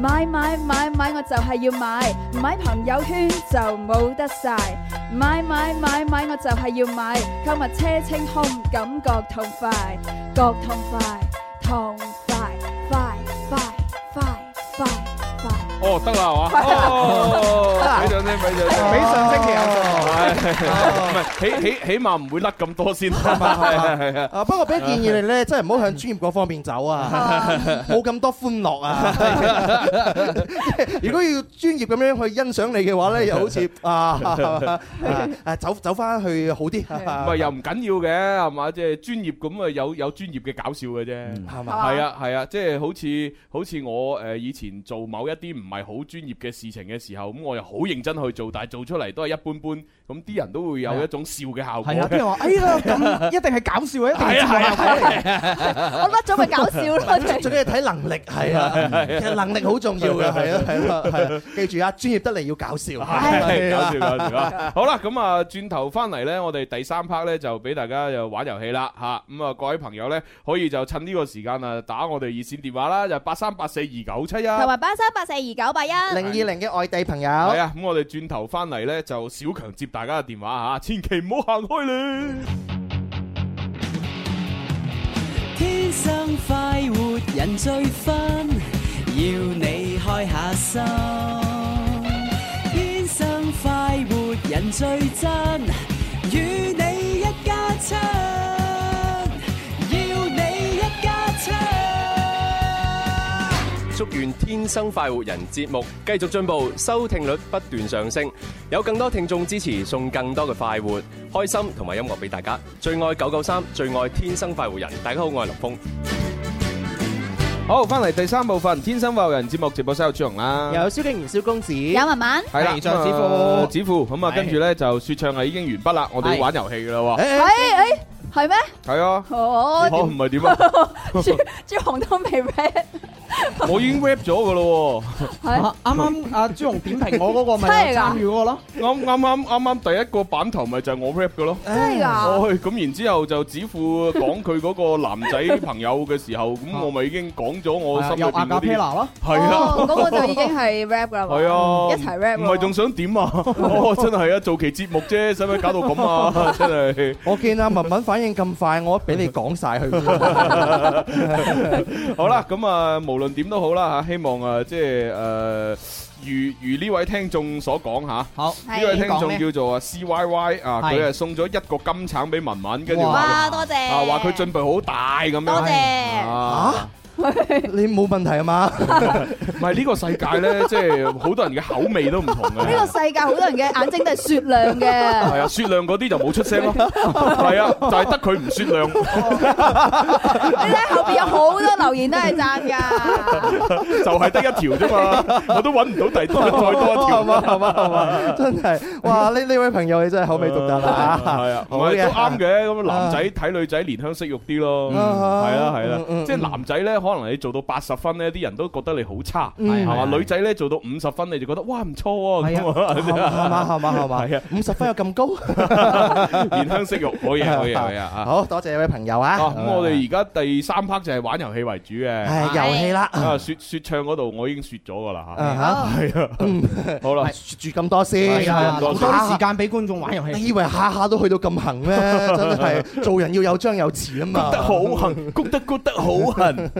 E: 買買買買，我就係要買，唔買朋友圈就冇得晒。買買買買，我就係要買，購物車清空，感覺痛快，覺痛快，痛快，快快快快快。
C: 哦，得啦，係嘛？哦，俾掌聲，俾掌聲，
F: 比上星
D: 啊
F: 期有 Ờ.
C: 係，唔係，起起起碼唔會甩咁多先，係係係
F: Ờ.
C: 係。
D: 啊，不過俾建議你咧，真係唔好向專業嗰方面走啊， 冇咁多歡樂啊。 如果要專業咁樣去欣賞你嘅話咧，又好似啊啊 啊走走翻去好啲，
C: 唔係又唔緊要嘅，係嘛？即係專業咁啊，有有專業嘅搞笑嘅
F: Ừ.
C: 啫，
D: 係嘛？
C: 係啊係啊，即係好似好似我誒以前做某一啲唔係好專業嘅事情嘅時候，咁我又好認真去做，但係做出嚟都係一般般，咁啲人都會有一種笑嘅效果
F: 係啊，啲人話：哎呀，咁一定係搞笑嘅，一定係
C: 係啊
F: 節目
C: 係啊
F: 效果
C: 係
F: 嚟
C: 啊
F: 嘅。
E: 我甩咗咪搞 笑咯，真係
D: 最緊要睇能力，係啊，其實能力好重要嘅，係啊係啊係啊，記住啊，專業得嚟要搞笑，
C: 係搞笑搞笑啊！好啦，咁啊，轉頭翻嚟呢，我哋第三 part 呢，就俾大家就玩遊戲啦吓，咁啊各位朋友呢，可以就趁呢個時間啊打我哋熱線電話啦，就八三八四二九七一。
E: 同埋八三八四二九八一，
D: 零二零嘅外地朋友，
C: 係啊，咁我哋轉頭翻嚟呢，就小強接大家嘅電話吓，千祈唔好行開咧。
L: 天生快活人最 fun，要你開下心。天生快活人最真，與你一家親，要你一家親。
M: 祝願《天生快活人》節目繼續進步，收聽率不斷上升，有更多聽眾支持，送更多嘅快活、開心同埋音樂俾大家。最愛九九三，最愛《天生快活人》。大家好，我係林峰。
C: 好，翻嚟第三部分《天生快活人》節目直播室有朱紅啦。
D: 有蕭敬仁、蕭公子，
E: 有文文，
C: 係啦，
F: 係仲有
C: 咁啊子富，咁啊，
F: 係
C: 跟住呢，就說唱係已經完畢啦，我哋要玩遊戲噶啦喎，
E: 誒誒係咩？
C: 係啊，
E: 哦，
C: 好唔係點啊？
E: 朱朱紅都未 read，
C: 我已經 rap 咗噶咯喎。
E: 係
F: 啊啱啱阿朱紅點評我嗰個咪
E: 真係㗎
F: 有
D: 啊
F: 參與嗰個咯，
C: 啱啱啱啱啱第一個版頭咪就係我 rap 嘅咯。
E: 真係㗎，
C: 哦，咁然之後就指父講佢嗰個男仔朋友嘅時 候，咁我咪已經講咗我心裏
F: 啊有阿
C: 邊
F: 加
C: 嗰
F: 佩
C: 啲。
F: 娜咯，
C: 係啊，
E: 哦嗰個就已經係 rap 㗎啦嘛，
C: 係啊，
E: 一齊 rap
C: 唔
E: 喎
C: 係仲想 點啊？哦，真係啊，做期節目啫，使唔使搞到咁啊？ 真係。
D: 我見阿文文反應咁快，我俾你講晒佢。
C: 好啦，咁啊，無論點都好啦嚇，希望啊，即係誒，如如呢位聽眾所講嚇。
F: 好，
E: 係
C: 呢位聽
F: 講
C: 眾
F: 咩
C: 叫做啊 C Y Y 啊，
F: 係
C: 佢係送咗一個金橙俾文文，跟住
F: 哇
C: 話
E: 哇，多謝，
C: 啊話佢進步好大咁樣。
E: 多
C: 啊！
E: 謝，
D: 啊？你冇問題啊嘛？
C: 唔係呢個世界 咧，即係好多人嘅口味都唔同嘅。
E: 呢個世界好多人嘅眼睛都係雪亮嘅，
C: 係啊，雪亮嗰啲就冇出 聲咯。係啊，就係得佢唔雪亮。
E: 你睇後邊有好多留言都係讚㗎。
C: 就係得一條啫嘛，我都揾唔 到第再多一條
D: 係嘛係嘛係嘛？真係，哇！呢呢位朋友你真係口味獨特啦
C: 係啊，唔
D: 好
C: 係
D: 嘅
C: 都啱嘅。咁男仔睇女仔憐香惜玉啲咯，係啦係啦
D: 啊
C: 啊
D: 嗯嗯，
C: 即係男仔咧，可能你做到八十分咧，啲人都覺得你好差，係嘛？女仔咧做到五十分，你就覺得哇唔錯喎，咁啊
D: 嗯啊 係嘛係嘛係嘛
C: 係啊
D: 五十分有咁高，
C: 憐香惜玉，可以可以可以啊！
D: 好多謝呢位朋友啊！
C: 啊，咁我哋而家第三 part 就係玩遊戲為主嘅。
D: 唉遊戲啦，
C: 啊，說说唱嗰度我已經说咗噶啦
D: 啊嗯
E: 好
C: 吓，係啊， 好啦，
D: 住咁多先
F: 係。啊，
C: 多
F: 留
C: 謝
F: 多啲時間俾觀眾玩遊
D: 你
F: 戲。
D: 以為下下都去到咁行咩？真係做人要有張有弛啊嘛！
C: 得好痕，谷得谷得好痕，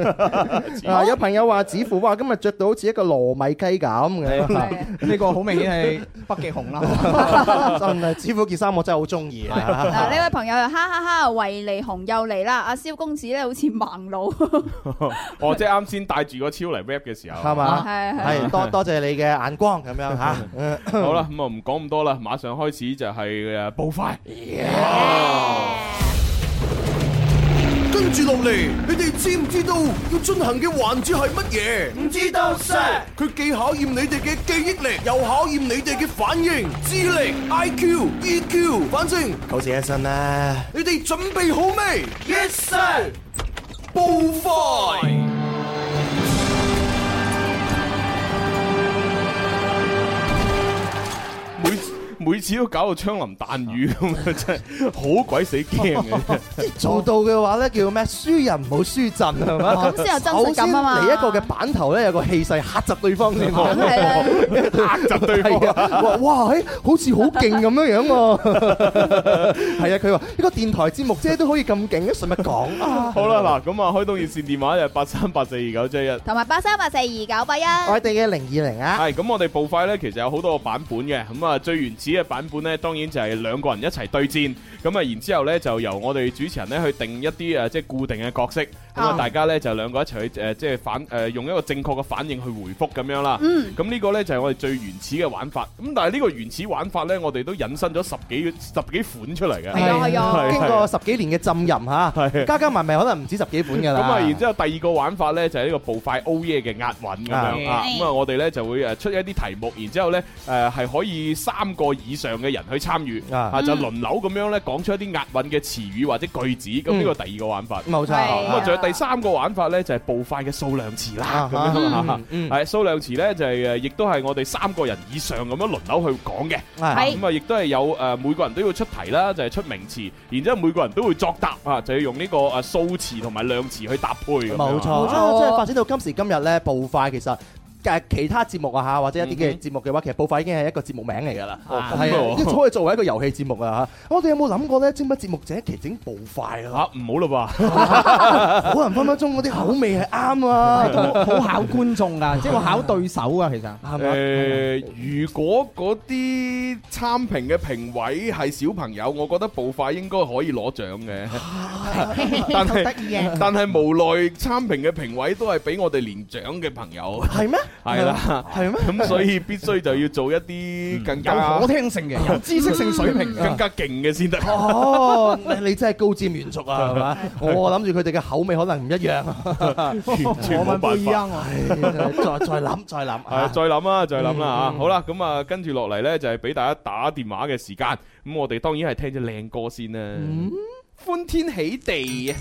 D: 啊！有朋友話子父哇，今日着到好似一個糯米雞咁嘅。
F: 呢個好明顯係北極熊啦，
D: 真係，子虎件衫我真係好中意啊！
E: 嗱，呢位朋友又哈哈哈，維尼紅又嚟啦！阿蕭公子咧，好似盲佬，
C: 哦，即係啱先帶住個超嚟 rap 嘅時候，啊
D: 係嘛？
E: 係啊係
D: 係多多謝你嘅眼光咁樣嚇。嗯
C: 好啦，咁啊唔講咁多啦，馬上開始就係誒步快，
A: 跟住落嚟，你哋知唔知道要進行嘅環節係乜嘢？唔知道 Sir。佢既考驗你哋嘅記憶力，又考驗你哋嘅反應、智力、IQ、EQ。反正
D: 九死一生啦！
A: 你哋準備好未？Yes Sir。步快！
C: 每每次都搞到槍林彈雨咁啊，真係好鬼死驚 嘅。
D: 做到嘅話咧，叫咩？輸人唔好輸陣，係咪？
E: 咁先有真實感啊嘛
D: 首先嚟一個嘅板頭咧，有個氣勢嚇窒對方 先喎。
E: 係啦
C: 嚇窒對方
D: 啊係啊！哇哇，誒，好似好勁咁樣樣喎。係啊，佢話一個電台節目啫，都可以咁勁，使乜講 啊？
C: 好啦，嗱咁啊，開通熱線電話就係八三八四二九七一。
E: 同埋八三八四二九八一，
D: 我哋嘅零二零啊。
C: 係咁，我哋步快咧，其實有好多個版本嘅。咁啊，最原始嘅版本咧，當然就係兩個人一齊對戰。咁啊，然之後咧就由我哋主持人咧去定一啲啊誒，即係固定嘅角色。咁啊，
E: 哦
C: 大家咧就兩個一齊去誒，即係反誒，用一個正確嘅反應去回覆咁樣啦。
E: 嗯
C: 咁呢個咧就係我哋最原始嘅玩法。咁但係呢個原始玩法咧，我哋都引申咗十幾十幾款出嚟嘅。
E: 係啊係啊
D: 經過十幾年嘅浸淫
C: 係
D: 嚇，加加埋埋可能唔止十幾本㗎
C: 咁
D: 啦。
C: 啊，然之後第二個玩法咧就係呢個步快 O 耶嘅押韻咁樣啊，咁啊我哋咧就會誒出一啲題目，然之後咧誒係可以三個以上嘅人去參與
D: 啊
C: 啊，就輪流咁樣咧講出一啲押韻嘅詞語或者句子，咁呢個第二個玩法。
D: 冇
C: 咁
E: 係
D: 錯
C: 啊，仲有第三個玩法咧就係步快嘅數量詞啦，咁樣啊
D: 嗯 嗯
C: 係數量詞咧就係誒，呃亦都係我哋三個人以上咁樣輪流去講嘅。
D: 係
E: 係
C: 咁啊，亦都係有誒、呃每個人都要出題啦，就係、出名詞，然之後每個人都會作答啊，就要用呢、個誒數詞同埋量詞去搭配咁樣
D: 冇錯，
E: 冇錯
D: 啊即係發展到今時今日咧，步快其實。誒其他節目啊嚇，或者一啲
C: 嗯哼
D: 嘅節目嘅話，其實步快已經係一個節目名嚟㗎啦，
C: 哦咁
D: 係
C: 嘅
D: 啊，
C: 喎
D: 即係可以作為一個遊戲節目啊嚇。我哋有冇諗過咧，整乜節目者其實整步快
C: 嚇
D: 啊？
C: 唔好嘞吧？
D: 可能分分鐘嗰啲口味係啱啊，
B: 好考觀眾噶，即係我考對手啊，其實。
C: 誒、
D: 係咪？
C: 如果嗰啲參評嘅評委係小朋友，我覺得步快應該可以攞獎 嘅。但係但係無奈參評嘅評委都係比我哋年長嘅朋友，
D: 係咩？
C: 係啦，
D: 係咩？
C: 咁所以必須就要做一啲更
B: 有
C: 加
B: 可聽性 嘅，有知識性水平嘅。
C: 更加勁嘅先得。
D: 哦，你你真係高瞻遠矚啊，係嘛？我諗住佢哋嘅口味可能唔一樣，
C: 完全冇
B: 不
C: 辦
B: 一
C: 法。
B: 樣啊！
D: 唉再再諗再諗
C: 係
D: 啊。
C: 再諗啦，再諗啦吓，好啦，咁啊，跟住落嚟呢，就係俾大家打電話嘅時間，咁我哋當然係聽咗靚歌先啦，歡天喜地啊！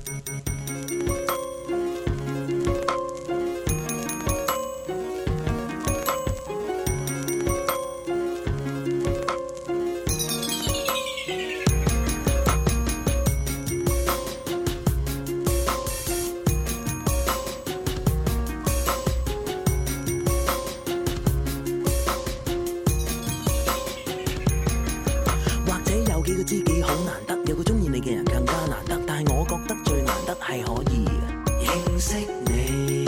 N: 或者有幾個知己好難得，有個中意你嘅人更加難得，但係我覺得最難得係可以嘅認識你，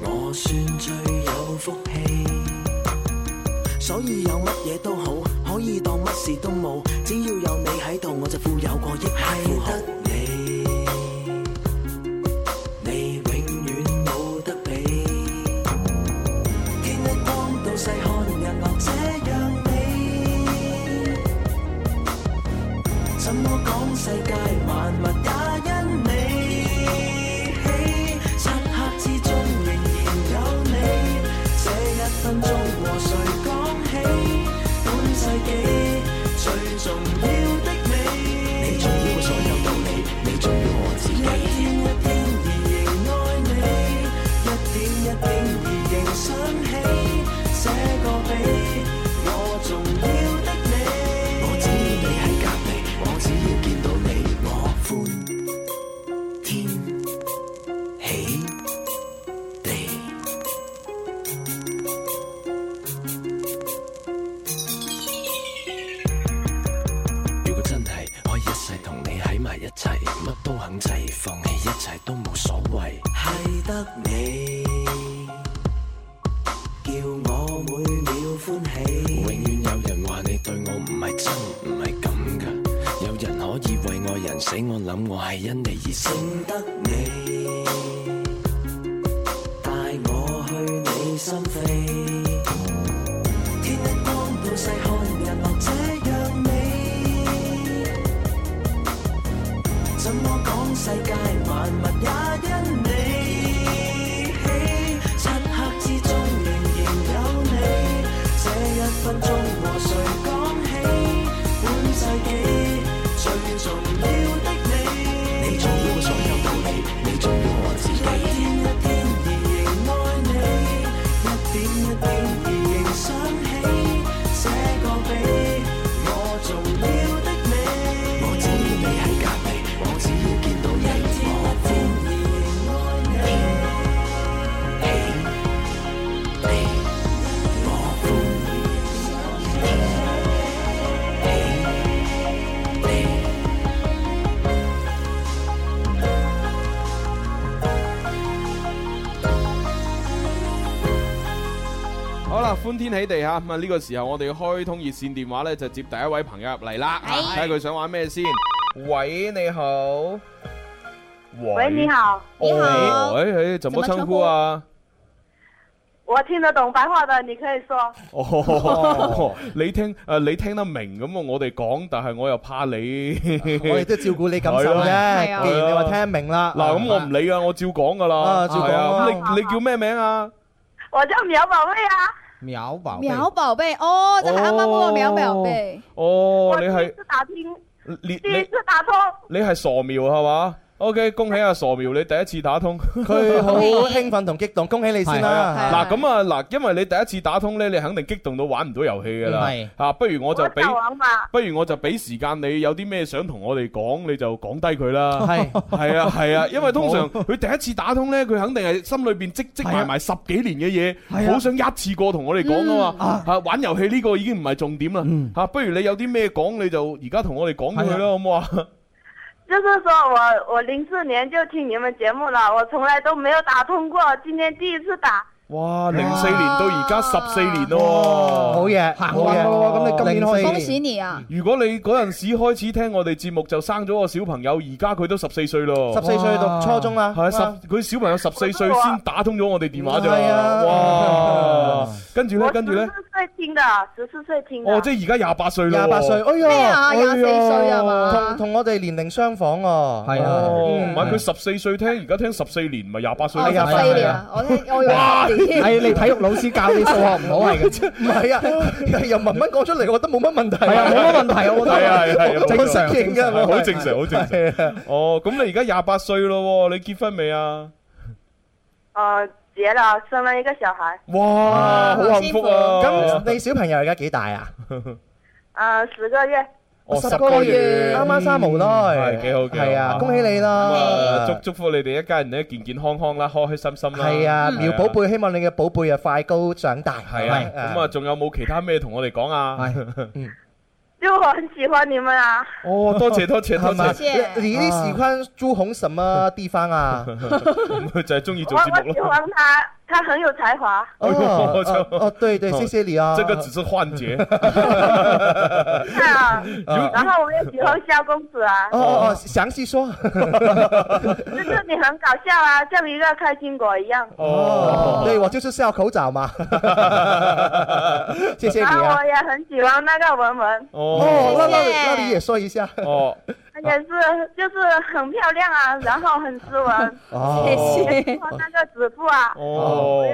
N: 我算最有福氣。所以有乜嘢都好，可以當乜事都冇，只要有你喺度，我就富有過億係得你，你永遠冇得比。天一光到世看日落這樣美，怎麼講世界萬物也因你起，漆黑之中仍然有你，這一分鐘和誰講起？本世紀最重要的你，你重要過所有道理，你重要我自己。一天一天而仍愛你。一點一滴而仍想起，這個比我重要的你。我只要你喺隔離，我只要見到你，我歡天喜地。如果真係可以一世同你喺埋一齊，乜都肯制，放棄一切都冇所謂。係得你，叫我每秒歡喜。永遠有人話你對我唔係真，唔係咁㗎。有人可以為愛人死，我諗我係因你而生。得你，帶我去你心扉。天一光到世看日落這樣美，怎麼講世界萬物也因你起，漆黑之中仍然有你，這一分鐘和誰講起？本世紀最重要的你，你重要過所有道理，你重要我自己。一天一天而仍愛你。一點一滴而仍想起，這
C: 啊，歡天喜地吓，咁啊呢個時候我哋開通熱線電話呢，就接第一位朋友入嚟啦，啊睇下佢想玩咩先。喂，你好。哎
H: 喂，你好，
C: 喂。哦喂，喂，哎怎麼稱呼啊？
H: 我听得懂白话的，你可以说。
C: 哦， 你聽诶，你聽得明咁啊？我哋講，但係我又怕你，
D: 我哋都照顧你感受啫。
C: 係啊
D: 既然你話聽得明啦，
C: 嗱，咁我唔理噶，我照講噶啦
D: 啊，照講
C: 係啊
D: 啊
C: 咁你你叫咩名啊？
H: 我叫苗宝贝啊，
D: 秒吧
E: 苗寶貝，哦，即係啱啱嗰個苗苗貝，
C: 哦，你係
H: 是打听，
C: 你
H: 第一
C: 你
H: 次打通，
C: 你係傻苗係嘛？OK，恭喜阿啊傻苗，你第一次打通，
D: 佢好興奮同激動，恭喜你先
C: 係啊
D: 啦。
C: 嗱咁啊，嗱，因為你第一次打通咧，你肯定激動到玩唔到遊戲噶啦。
D: 係
C: 啊，不如我就俾
H: 就，玩嘛。
C: 不如我就俾時間你，有啲咩想同我哋講，你就講低佢啦。
D: 係
C: 係啊係啊，因為通常佢第一次打通咧，佢肯定係心裏邊積積埋埋十幾年嘅嘢，
D: 啊
C: 好想一次過同我哋講噶嘛。啊，玩遊戲呢個已經唔係重點啦。嚇，不如你有啲咩講，你就而家同我哋講佢啦，好唔好啊？
H: 就是说我我零四年就听你们节目了，我从来都没有打通过，今天第一次打。
C: 哇！零四年到而家十四年咯，
D: 好嘢，
C: 行
D: 好嘢零四
E: 恭喜你啊！
C: 如果你嗰陣時開始聽我哋節目，就生咗個小朋友，而家佢都十四歲咯。
D: 十四歲讀初中啦，
C: 係啊十佢小朋友十四歲先打通咗我哋電話咋。
D: 係 啊
C: 哇！跟住呢，跟住呢，
H: 十四岁听的，十四岁听的。
C: 哦，即係而家廿八歲咯。
D: 廿八歲，哎呀，
E: 咩啊
D: 哎
E: 廿四歲啊
D: 呀
E: 嘛
D: 同同我哋年齡相仿啊，係
C: 哦，唔係佢十四歲聽，而家聽十四年，咪廿八歲
E: 我
C: 咯。
E: 十四年啊，我聽我用
O: 係你體育老師教你數學唔好係嘅，
D: 唔係啊， 由文文講出嚟，我覺得冇乜問題。係
O: 係啊，冇乜問題，我覺
C: 係啊係啊係啊
O: 得
C: 冇
O: 正常
D: 錯正
O: 正
D: 常
O: 常
C: 好正常，好正常。哦，咁你而家廿八歲咯喎，你結婚未啊？
H: 呃，结了，生了一个小孩，
C: 哇，好幸福啊！
D: 咁你小朋友而家幾大啊？
H: 呃，十个月。
C: 哦，
D: 十
C: 十
D: 個
C: 個月，
D: 啱啱三無耐，
C: 係幾好幾好
D: 係啊，恭喜你
C: 咁
D: 啦
C: 啊！祝祝福你哋一家人咧健健康康啦，開開心心啦。
D: 係啊，苗寶
C: 係
D: 貝，希望你嘅寶貝啊快高長大。
C: 啊。嗯係啊，咁啊，仲有冇其他咩同我哋講啊？
H: 就我很喜欢你们啊，
C: 哦，多謝多謝多
D: 係嘛？
C: 謝，
E: 謝
D: 你你喜歡朱紅什麼 地方啊？
C: 佢就係中意
H: 我
C: 做節
H: 我
C: 目
H: 喜
C: 咯。
H: 欢他，他很有才华。
C: 哎
D: 哦
C: 我就
D: 哦哦，对对，謝謝你啊！
C: 這個只是幻覺，
H: 看啊，然后我也喜欢萧公子啊，
D: 哦哦哦，詳細說。
H: 就是你很搞笑啊，像一个开心果一样。
D: 哦，对我就是笑口罩 嘛。謝謝
H: 然
D: 你
H: 后
D: 啊
H: 我！也很喜欢那个文文，
D: 哦，
C: 哦
D: 那那你那你也說一下。
C: 哦，
H: 她也是就是很漂亮啊，然后很斯文，
D: 哦，
H: 也喜欢那个子父啊，
C: 哦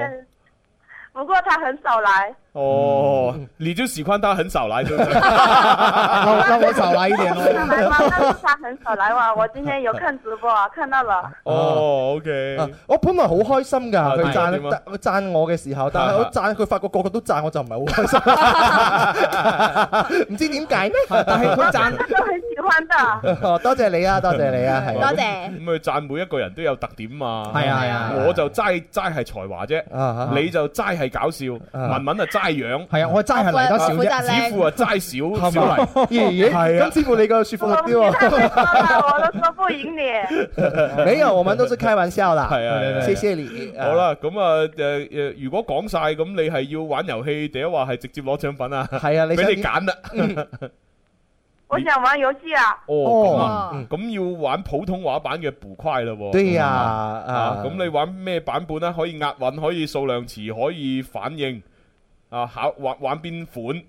H: 不过他很少来。
C: 哦，你就喜歡他很少 來，對不對？
D: 哦
O: 那那我少来一点
H: 他
O: 咯。
H: 来吗？但是他很少来哇，我今天有看直播啊，看到了。
C: 哦，OK，
D: 啊我本來好開心
C: 啊
D: 㗎，
C: 點
D: 佢
C: 啊
D: 讚
C: 點啊
D: 佢讚我嘅時候，但係我讚佢，發覺個個都讚我，就唔係好開 心，唔知點解呢？
O: 但係佢讚
H: 他都很喜 欢的，
D: 哦多謝你 啊，多謝你啊，係
E: 多
D: 啊
E: 謝。
C: 咁佢讚每一個人都有特點嘛。
O: 係啊係啊
C: 我就齋齋係才華啫。
D: 啊，
C: 你就齋係搞笑，
D: 啊
C: 文文啊齋樣，
O: 係啊，我真係嚟得少
E: 我負責
O: 啫。
E: 靚
C: 子富 啊齋少少
D: 嘛
C: 嚟，
D: 咦咦，
C: 係啊
D: 咁似乎你個說服
H: 我
D: 力
H: 今
D: 啲喎。
H: 天太多了，我都说不赢你。
D: 沒有，我們都是開玩笑啦。
C: 係啊係啊
D: 謝謝你。
C: 好，啦，咁啊誒誒，如果講晒咁，你係要玩遊戲定係話係直接攞獎品啊？
D: 係啊，你想
C: 俾你
D: 點
C: 揀啦。
H: 我想玩游戏啊，
C: 哦，咁啊，
E: 哦
C: 咁要玩普通話版嘅捕快嘞喎。
D: 對呀，
C: 啊
D: 啊，
C: 咁你玩咩版本咧？可以押韻，可以數量詞，可以反應。啊，考玩玩邊款？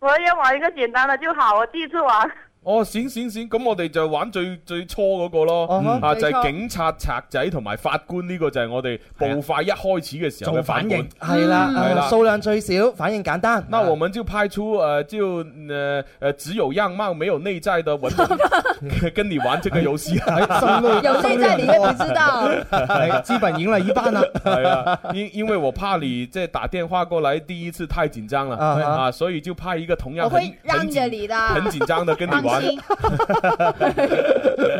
H: 我也玩一个简单的就好，我第一次玩。
C: 哦，閃閃閃，咁我哋就玩最最初嗰個咯。
D: 啊哈
C: 啊，就係
E: 最初
C: 警察、賊仔同埋法官呢個就係我哋步快一開始嘅時候嘅
O: 做
C: 版
O: 反
C: 本
O: 應。
D: 係啦，
C: 係啦
D: 啊數量最少，反應簡單。
C: 那我們就派出呃，就呃呃只有樣貌沒有內在的 文文 跟你玩這個遊戲。
D: 哎
E: 有内在你也不知道，
O: 係資本贏了一半啦。
C: 係啊，因因為我怕你即係打電話過來，第一次太緊張了
D: 啊哈
C: 啊，所以就派一個同樣
E: 我
C: 很
E: 会让
C: 很
E: 着
C: 緊
E: 你 的，
C: 很緊張的跟你
E: 放
C: 玩。
E: 心。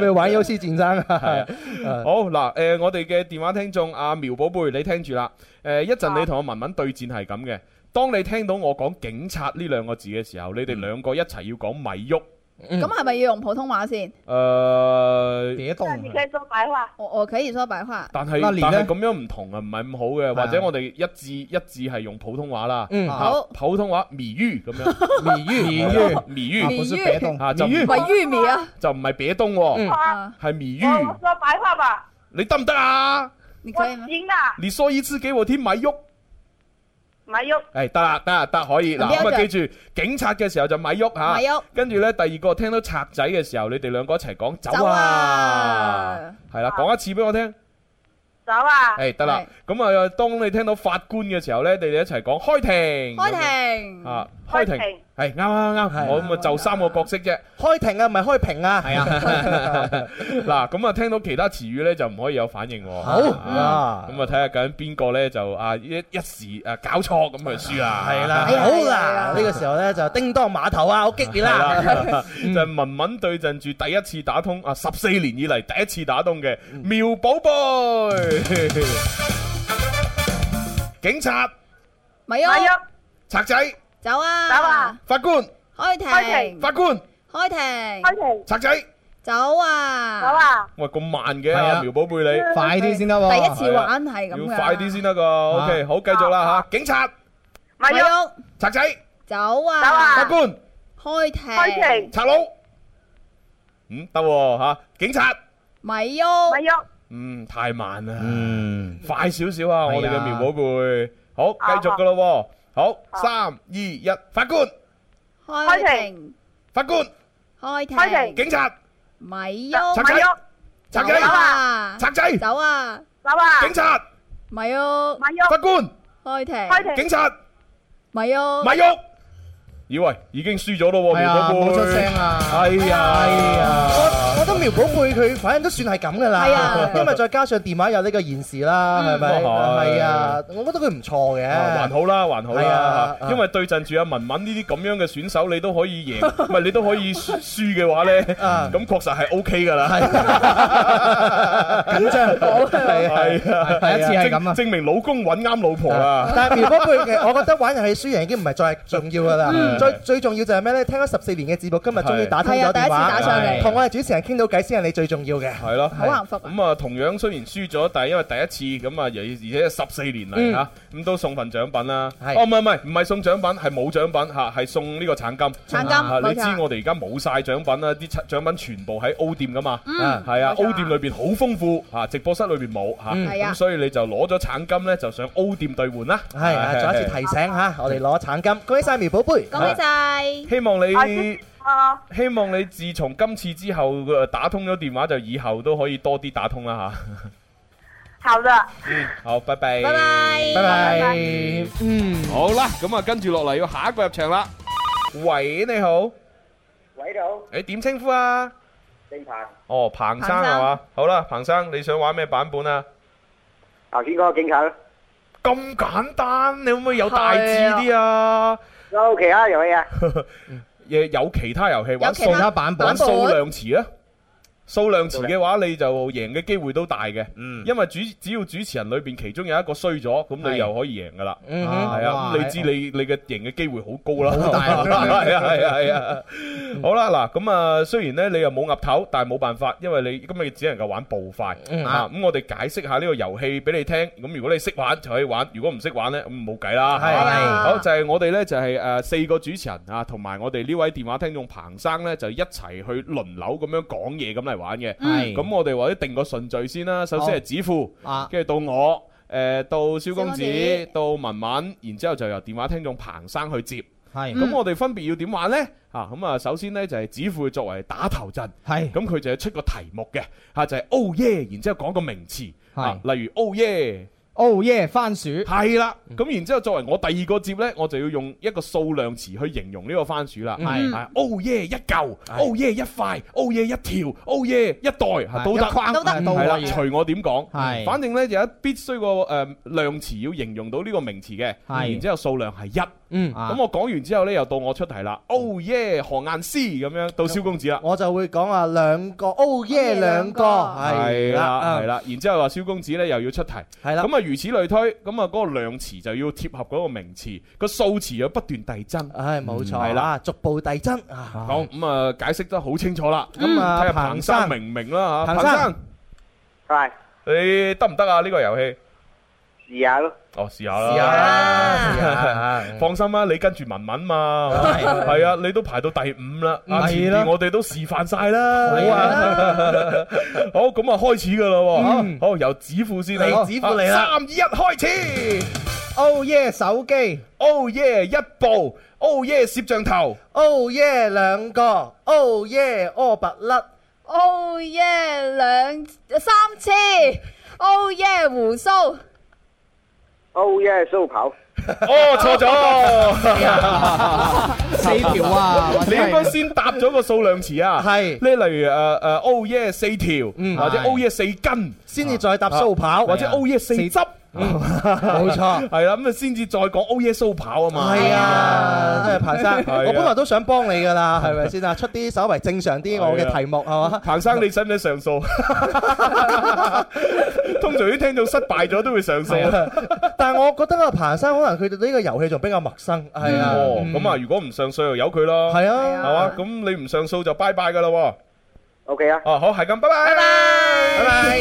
D: 咪玩遊戲戰爭
C: 係
D: 啊
C: 啊！好嗱，诶、我哋嘅電話聽眾阿苗寶貝，你聽住啦。诶、一陣你同我文文對戰係咁嘅。當你聽到我講警察呢兩個字嘅時候，你哋兩個一齊要講咪喐。嗯
E: 咁係咪要用普通話先？
C: 誒，
H: 以说白話，
E: 我我可以說白話。
C: 呃但係但係咁樣唔同啊，唔係咁好嘅，或者我哋一致一致係用普通話啦。
E: 嗯
C: 啊
E: 好
C: 普通話米魚咁樣， 米魚米魚米
E: 啊
C: 魚，
E: 不是別動
C: 啊，就嗯
E: 咪玉米啊！
C: 就唔係別東喎，
H: 啊，
C: 係米
H: 我
C: 魚，
H: 说白話吧，
C: 你得唔得啊？
E: 你
H: 可以嗎？行啦，
C: 你說一次給我聽，咪喐。
H: 咪喐，
C: 誒哎得啦得啦得可以嗱
H: 咁
C: 咁
H: 樣
C: 啊
H: 就
C: 記住警察嘅時候就咪喐
H: 咪喐
C: 嚇，跟住咧第二個聽到賊仔嘅時候，你哋兩個一齊講走
H: 走
C: 啊，係啦，講一次俾我聽，
H: 走啊！
C: 誒得啦，咁啊當你聽到法官嘅時候咧，你哋一齊講開庭，
E: 開庭。
C: 啊開庭
E: 開庭
C: 係啱啱啱，我咁啊就三個角色啫，
D: 開庭啊，唔係開屏啊，
C: 係啊，嗱咁啊聽到其他詞語咧就唔可以有反應喎，
D: 好
C: 啊咁啊睇下究竟邊個咧就啊一一時啊搞錯咁就輸啦，
D: 係啦，好啦，呢個時候咧就叮當碼頭哎啊，好激烈
C: 係
D: 啦
C: 啦， 就係文文對陣住第一次打通啊，十四年以嚟第一次打通嘅妙寶 貝，警察、
E: 咪喐，
C: 賊仔、
E: 走啊！走啊！
C: 法官、
E: 開庭，
C: 法官，
E: 開庭，開
H: 庭，
C: 賊仔，
E: 走啊！
H: 走啊！
C: 喂咁慢嘅
D: 係
C: 啊，
D: 啊
C: 苗寶貝你
D: 快啲先得喎
E: 第一次玩係咁
C: 要
E: 㗎
C: 快啲先得噶，OK，好繼續啦吓，警察、
E: 咪喐，
C: 賊仔、
E: 走啊！
C: 法官，
E: 開庭，
C: 賊佬，嗯得喎吓，警察。
E: 咪喐，
H: 咪喐，
C: 嗯，太慢啦，嗯，快少少啊！我哋嘅苗寶貝，好，
E: 啊
C: 繼續噶咯喎，好，三二一，法官，
E: 開庭，
C: 法官，
E: 開庭，
C: 警察，
E: 咪喐，
C: 賊仔，賊仔，
E: 走啊！
C: 賊仔
E: 走啊！
H: 走啊！
C: 警察，
E: 咪喐，咪
H: 喐，
C: 法官，
E: 開庭，
C: 開庭警察，
E: 咪喐，
C: 咪喐，咦喂，已經輸咗咯喎，
D: 係
C: 苗
D: 啊
C: 寶貝，
D: 冇出聲啊
C: 哎呀，哎呀，
D: 我覺得苗寶貝佢反正都算係咁噶
E: 係啊
D: 啦，因為再加上電話有呢個現時啦，係咪？
C: 嗯
D: 係哦啊，我覺得佢唔錯嘅，
C: 啊還好啦，還好
D: 係
C: 啦
D: 啊，
C: 因為對陣住阿文文呢啲咁樣嘅選手，你都可以 贏，唔係你都可以輸輸嘅話呢，
D: 啊
C: 咁確實係 O K 噶啦。
D: 緊張唔到
C: 係啊，
D: 第一次係咁啊
C: 證
D: 啊
C: 證明老公揾啱老婆啦。
D: 但係苗寶貝嘅， 我覺得玩遊戲輸贏已經唔係再重要㗎啦
C: 嗯。
D: 最最重要就係咩咧？聽咗十四年嘅節目，今日終於打通咗電
E: 係啊第一次打上
D: 話
E: 嚟，
D: 同我哋主持人傾到偈先係你最重要嘅。
C: 係咯，
D: 好幸福啊
C: 咁啊，同樣雖然輸咗，但係因為第一次咁啊，而而且十四年嚟
D: 嗯
C: 嚇，咁都送份獎品啦。哦，唔係唔係，唔係送獎品，係冇獎品嚇，係送呢個橙金。
E: 橙金
C: 啊
E: 冇錯
C: 你知我哋而家冇晒獎品啦，啲獎獎品全部喺 O 店噶嘛。
E: 嗯
C: 係啊
E: 冇錯
C: ，O 店裏邊好豐富嚇，直播室裏邊冇
D: 嗯
C: 嚇。
D: 係啊
C: 咁所以你就攞咗橙金咧，就上 O 店兌換啦。
D: 係啊，再一次提醒嚇，我哋攞橙金，恭喜晒苗寶貝，
C: 恭喜
E: 晒
C: 希望
H: 我知
C: 你。
H: 啊，
C: 希望你自從今次之後呃打通咗電話，就以後都可以多啲打通啦
H: 好的。
C: 吓。嗯， 好，拜拜。
H: 拜拜拜拜。
C: 嗯，好啦，咁啊，跟住落嚟要下一個入場啦。喂，你好，
F: 喂，你好，
C: 你點稱呼啊？
F: 姓彭，
C: 哦，彭生
F: 彭生
C: 係嘛？好啦，彭生，你想玩咩版本啊？
H: 啊
F: 頭先嗰個警察咯，
C: 咁簡單，你可唔可以有大志啲啊？
F: 有其他遊戲啊？
C: 誒，有其他遊戲
F: 有
C: 玩
F: 其他版本
C: 玩數量詞啊。數量詞嘅話，你就贏嘅機會都大嘅，因為主只要主持人裏邊其中有一個衰咗，咁你
F: 嗯係
C: 又可以贏噶啦，
F: 嗯哼
C: 係啊，
F: 哇
C: 咁你知你你嘅贏嘅機會好高啦，
F: 好大啊
C: 係啊係啊係啊， 好啦嗱，咁啊雖然呢你又冇岌頭，但係冇辦法，因為你今日只能夠玩步快
F: 嗯
C: 啊，咁我哋解釋下呢個遊戲俾你聽，咁如果你識玩就可以玩，如果唔識玩呢，咁嗯冇計啦，
F: 係
C: 嘛好就係我哋呢，就係誒四個主持人啊，同埋我哋呢位電話聽眾彭生呢，就一齊去輪流咁樣講嘢咁嚟玩嘅。
F: 係
C: 咁我哋或者定個順序先啦，首先係子富
F: 啊，
C: 跟住到我，誒到蕭公
F: 蕭公
C: 子，到文文，然之後就由電話聽眾彭生去接。
D: 係
C: 咁
F: 嗯
C: 我哋分別要點玩呢？啊，咁啊，首先呢，就係子富作為打頭陣，
D: 係
C: 咁佢就係出個題目嘅，嚇就係 Oh yeah，然之後講個名詞，啊，例如 Oh yeah。
F: 哦
P: Oh yeah，番薯
C: 係啦，咁然之後作為我第二個接呢，我就要用一個數量詞去形容呢個番薯啦。
F: 嗯
C: 啊，oh yeah 一嚿，oh yeah 一塊，oh yeah 一條，oh yeah 一袋，啊都得
F: 一框都得
C: 係
F: 都可
C: 係啦，
F: 以
C: 隨我點講。
F: 係
C: 呃反正呢，就一必須個誒量詞要形容到呢個名詞嘅，
F: 係啊
C: 然之後數量係一。
D: Ừ.
C: 嗯，咁我講完之後呢，又到我出題啦。Oh yeah，何雁詩咁樣到蕭公子啦。
D: 我就會講話兩個，Oh yeah 兩個，
C: 係
D: 係
F: 啊
C: 啦，係
D: 啦，
C: 啦，然之後話蕭公子咧又要出題，係啦，咁啊如此類推，咁啊嗰個量詞就要貼合嗰個名詞，個數詞又不斷遞增，
D: 唉冇錯，
C: 係啦，
D: 逐步遞增啊。
C: 好咁啊解釋得好清楚啦，
D: 咁啊
C: 睇下
D: 彭
C: 彭
D: 生
C: 生明唔明啦嚇，
D: 彭生，
Q: 係
C: 你得唔得啊呢個遊戲？
Q: 試下咯。
C: 哦，試下啦，
Q: 試下啦
C: 試
Q: 下
C: 放心啦，你跟住文文嘛，
Q: 係
C: 係啊，你都排到第五啦，啊前
Q: 係啦
C: 面我哋都示範晒啦，
Q: 係
C: 啊， 好咁啊開始噶啦喎，
D: 嗯
C: 好由指父先啦，啊
D: 嚟指父你啦
C: 三二一開始，Oh yeah 手機，Oh yeah 一部，Oh yeah 攝像頭
D: ，Oh yeah 兩個，Oh yeah 柯拔甩。
E: Oh yeah，兩三次。Oh yeah，胡鬚。
Q: Oh yeah，蘇跑。
C: 哦，錯咗，
Q: 四條啊或
C: 你
Q: 者係
C: 應該先答咗個數量詞啊，係呢，例如誒誒，oh yeah 四條，
Q: 嗯
C: 或者
D: 係
C: oh yeah 四斤，
D: 先至再搭蘇跑
Q: 啊
C: 或者 oh yeah 四汁。
Q: 嗯
C: 冇
D: 錯，
C: 係啦，咁啊先至再講 Oh yeah 蘇跑啊嘛，
D: 係啊，真係彭生，
C: 係啊
D: 我本來都想幫你㗎啦，係咪先啊？出啲稍為正常啲我嘅題目係嘛？
C: 彭生，你使唔使上訴？ 通常啲聽到失敗咗都會上
Q: 啊
C: 訴，
D: 但係我覺得啊，彭生可能佢對呢個遊戲仲比較陌生，係啊。
C: 哦，咁啊，如果唔上訴就由佢啦，係
D: 啊
C: 係嘛，咁你唔上訴就拜拜噶啦喎。
Q: OK 啊，
C: 哦，好，係咁，拜拜，拜
D: 拜。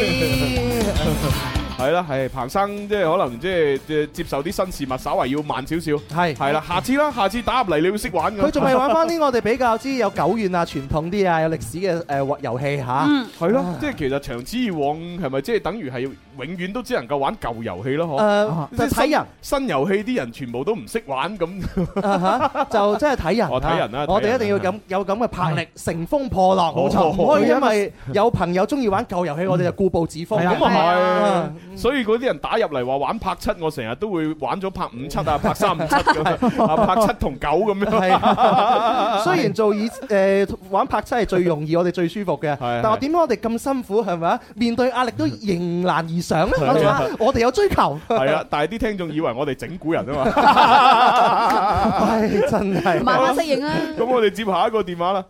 C: 系啦，系彭生，即系可能即系接接受啲新事物，稍為要慢少少。系系啦，下次啦，下次打入嚟你會識玩噶。
D: 佢仲 係玩翻啲我哋比較之有久遠啊、傳統啲啊、有歷史嘅誒遊戲嚇。
C: 系咯，即係其實長此以往，係咪即係等於係永遠都只能夠玩舊遊戲咯？
D: 誒
C: 哦嗬，即係
D: 就睇人
C: 新新遊戲啲人全部都唔識玩 咁。
D: 啊哈就真係睇人啊，
C: 哦睇人啊
D: 我
C: 睇人
D: 哋
C: 啊
D: 一定要咁有咁嘅魄力，乘風破浪，冇錯，
C: 哦
D: 唔可以因為有朋友中意玩舊遊戲，我哋就固步自封。
C: 咁
D: 啊
C: 啊係，所以嗰啲人打入嚟話玩拍七，我成日都會玩咗拍五七啊、拍三五七咁， 啊拍七同九咁樣。
D: 係， 雖然做以誒玩拍七係最容易，我哋最舒服嘅。但我點解我哋咁辛苦係咪啊？面對壓力都迎難而上咧，
C: 係
D: 我哋話
C: 係
D: 我哋有追 求。
C: 係啊，但係啲聽眾以為我哋整蠱人啊 嘛。
D: 唉，真 係
C: 慢慢
H: 適應啊
C: 咁我哋接下一個電話啦。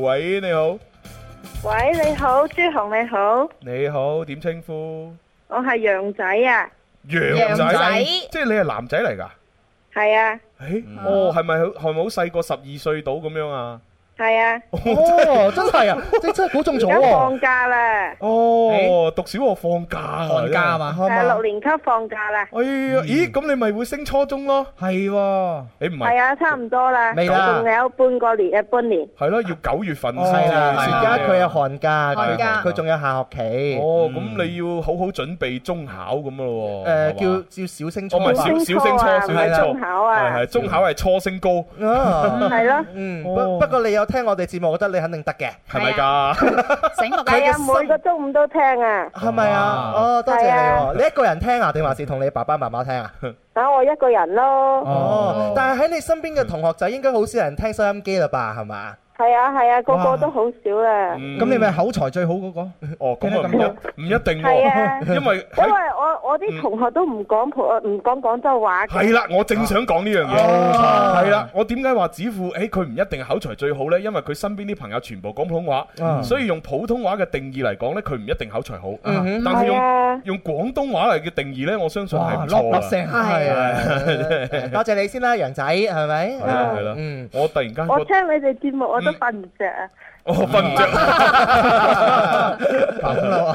C: 喂，你好，
H: 喂，你好，朱紅你好，
C: 你好，點稱呼？
H: 我係羊仔啊，
C: 羊
H: 羊仔
C: 仔，即係你係男仔嚟㗎？
H: 係啊，
C: 誒，哦，係咪好係咪好細個十二歲到咁樣啊？
H: 係啊，
D: 哦，真係啊，即係真係估中咗
H: 而家
D: 喎。
H: 放假啦，
C: 哦，讀小學放假，放假嘛
H: 係
D: à.
H: 啊六年級放假啦，
C: 哎呀，咦，咁你咪會升初中咯？係
D: 啊
C: 喎，你唔
H: 係
C: 係
H: 啊，差唔多啦，
C: 未啦
D: Dạ.
H: 仲有半個年嘅半年，
C: 係咯，要九月份先。
D: 哦係啊啦，而家佢有寒假，
C: 寒假
D: 佢佢仲有下學期。
C: 哦，咁你要好好準備中考咁咯喎。
D: 誒
C: 係嘛
D: 叫叫啊小升初
C: 哦，唔係小小升初，小
D: 係啦
C: 升初，
D: 中考啊
C: 係係中考係初升高，
D: 啊，
C: 係
H: 咯，
D: 嗯，不不過你有聽我哋節目，我覺得你肯定得嘅，
C: 係咪㗎？
D: 醒目
H: 係啊，每個中午都聽啊，
D: 係咪啊？哦，多謝
H: 係啊
D: 你喎！你一個人聽啊，定還是同你爸爸媽媽聽啊？
H: 等我一個人
D: Ờ.
H: 咯，
D: 哦，但係喺你身邊嘅同學仔應該好少人聽收音機啦吧？係嘛？
H: 係啊係啊，個個都好少啦，
D: 咁你咪口才最好嗰個？
C: 嗯哦，咁啊唔一唔一定
H: 係啊
C: 喎，因為
H: 因為我我啲同學都唔講普唔講廣州話嘅，
C: 係啦，我正想講呢樣
D: 哦
C: 嘢，係啦，我點解話子富？誒，佢唔一定口才最好呢，因為佢身邊啲朋友全部講普通話，
D: 嗯
C: 所以用普通話嘅定義嚟講呢，佢唔一定口才好。
D: 嗯哼
C: 但係
D: 係
C: 用
D: 啊
C: 用廣東話嚟嘅定義呢，我相信係唔
D: 哇
C: 錯
D: 落落聲係啊
C: 係
D: 多謝你先啦，楊仔，係咪？
C: 係啦係啦，我突然間
H: 我
C: 覺得
H: 聽你哋節目我都
F: 嗯
H: 瞓唔着啊。
C: 我瞓 唔着。
D: 咁啦，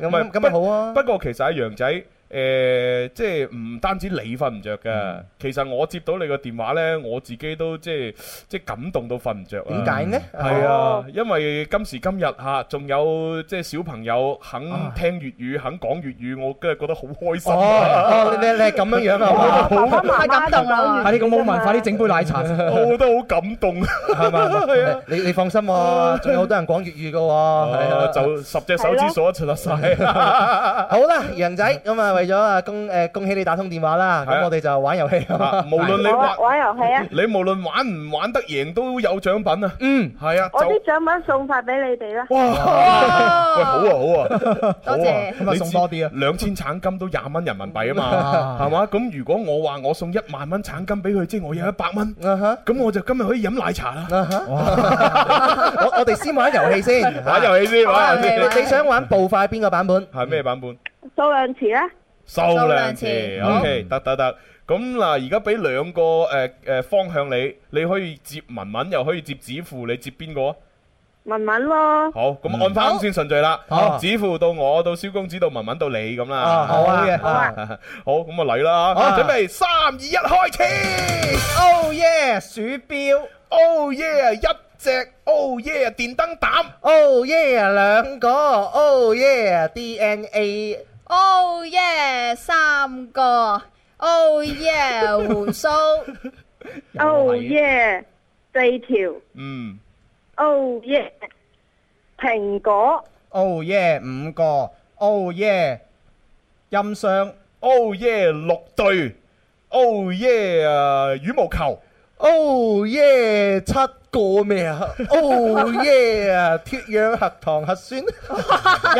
D: 咁咁咪好啊！
C: 不過其實阿楊仔，誒、即係唔單止你瞓唔着嘅，其實我接到你個電話呢，我自己都即係即係感動到瞓唔着啊！
D: 點解呢
C: 係啊
D: 哦，
C: 因為今時今日嚇，仲有即係小朋友肯聽粵語、肯講粵語，我真係覺得好開心啊！
D: 哦，你你你係咁樣樣啊？
C: 好
D: 好
E: 太感動啦！
D: 係你個 moment，快啲整杯 奶茶。
C: 我覺得好感動，係
D: 嘛？你你放心喎，仲有好多人講粵語嘅喎。係
C: 啊
D: 啊
C: 就十隻手指數得出得晒。
D: 好啦，楊仔，咁啊為為咗啊恭誒恭喜你打通電話啦，
C: 係啊
D: 咁我哋就玩遊戲。
C: 啊 無論你玩好啊
D: 玩
H: à,
D: 遊戲
C: 啊！你無論玩唔玩得贏都有獎品啊！
D: 嗯，
C: 係啊，
H: 我
C: 就
H: 啲獎品送發俾你哋啦。
C: 喂好啊好啊，
H: 多謝
C: 咁啊送多啲啊，兩千橙金都廿蚊人民幣啊嘛，係嘛？咁如果我話我送一萬蚊橙金俾佢，即係我有一百蚊，咁我就今日可以飲奶茶啦。
D: 我我哋先玩遊戲先，
C: 玩遊戲先
H: 啊
C: 玩遊戲先
D: 你你想玩步快邊個版本？
C: 係咩版本？
H: 數啊量詞啦，
C: 收兩次，OK，得得得。咁嗱，而家俾兩個誒誒方向你，你可以接文文，又可以接指父，你接邊個啊？
H: 文文咯。
C: 好，
D: 嗯
C: 咁按翻啱先順序啦。
H: 好
C: 指父到我，到蕭公子，到文文，到你咁啦。
D: 啊好啊好
C: 啊， 好，咁啊嚟啦
D: 啊
C: 嚇，準備三二一開始。
D: Oh yeah，鼠標。
C: Oh yeah，一隻。Oh yeah，電燈膽。
D: Oh yeah，兩個。Oh yeah DNA。
E: Oh yeah，三個。Oh yeah，胡鬚。
D: 哦
H: Oh
D: 啊
H: yeah，四條。
C: 嗯。
H: Oh yeah，蘋果。
D: Oh yeah，五個。Oh yeah，音箱。
C: Oh yeah，六對。Oh yeah，呃羽毛球。
D: Oh yeah，七個咩啊？Oh yeah，脱氧核糖核酸一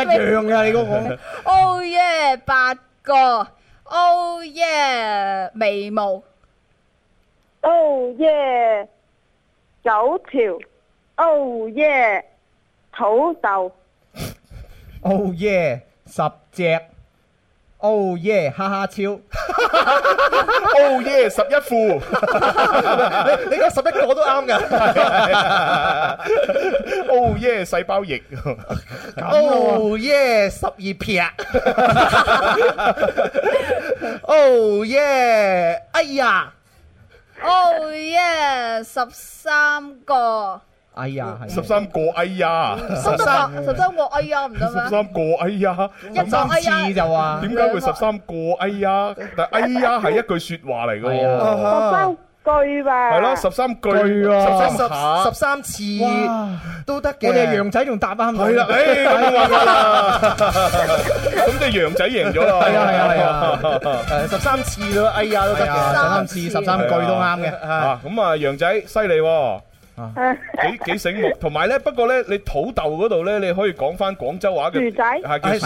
D: 樣噶，你嗰個。
E: Oh yeah，八個。Oh yeah，眉毛。
H: Oh yeah，九條。Oh yeah，土豆。
D: Oh yeah，十隻。Oh yeah，哈哈超。
C: Oh yeah，十一副。
D: 你你講十一個都啱㗎。
C: Oh yeah，細胞液。
D: Oh yeah，十二撇。Oh yeah，哎呀，
E: Oh yeah，十三個。
D: 哎呀，
C: 十三個哎呀，
D: 啊
E: 十三個，十三個，哎呀，唔得
C: 十
E: 咩？
C: 三個哎呀，
E: 一個哎呀
D: 次就話
C: 點解會
D: 啊
C: 十三個哎呀？但哎呀係一句説話嚟嘅
D: 係啊
C: 喎，
H: 句吧。
C: 係咯，十三句，
D: 句啊
C: 十三下，
D: 十十三次都得嘅。
C: 我哋係羊
D: 仔仲答啱
C: 係啦，誒咁冇辦法啦，咁就羊仔贏咗啦，係啊係啊係啊，
D: 誒十三次咯，哎呀都得嘅，十三次十三句都啱嘅。
C: 啊咁啊，羊仔犀利喎。幾幾醒目，同埋咧，不過咧，你土豆嗰度咧，你可以講翻廣州話嘅
D: 薯仔
C: 係叫薯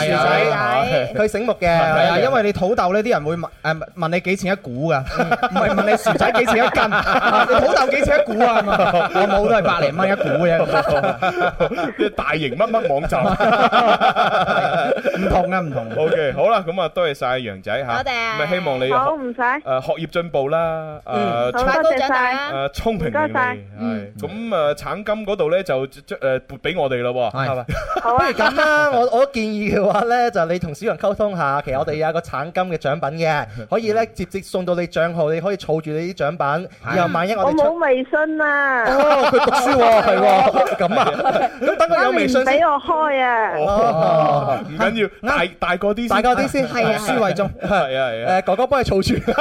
D: 係啊
C: 仔，
D: 佢醒目 嘅，係啊，因為你土豆呢啲人會問誒問你幾錢一股㗎，唔係問你薯仔幾錢一 斤，啊你土豆幾錢一股啊？咁啊我冇都係百零蚊一股啫，
C: 啲大型乜乜網站，
D: 唔同啊唔同。
C: OK，好啦，咁啊，多謝晒楊仔嚇，
H: 多謝
C: 咁啊希望你
H: 好
C: 學
H: 唔使。
C: 誒學業進步啦，誒
H: 好多謝
E: à.
H: 晒。
C: 誒啊聰明伶
H: 啊唔該晒嗯
C: 俐，係咁誒橙金嗰度咧就將誒撥俾我哋啦喎，係咪？
D: 不如咁啦，我我建議嘅話咧，就你同小楊溝通下，其實我哋有一個橙金嘅獎品嘅，可以咧直接送到你帳號，你可以儲住你啲獎品，然後萬一我
H: 我
D: 哋
H: 冇
D: 出。
H: 微信啊。
D: 哦，佢讀書 喎，係喎，咁啊，咁等佢有微信
H: 媽咪唔俾
D: 先。
H: 我開
C: à.
H: 啊。
D: 哦，
C: 唔緊要，大大個啲，
D: 大個啲先，
H: 係啊
D: 書為重。
C: 係啊係啊。
D: 誒， 哥哥幫你儲住，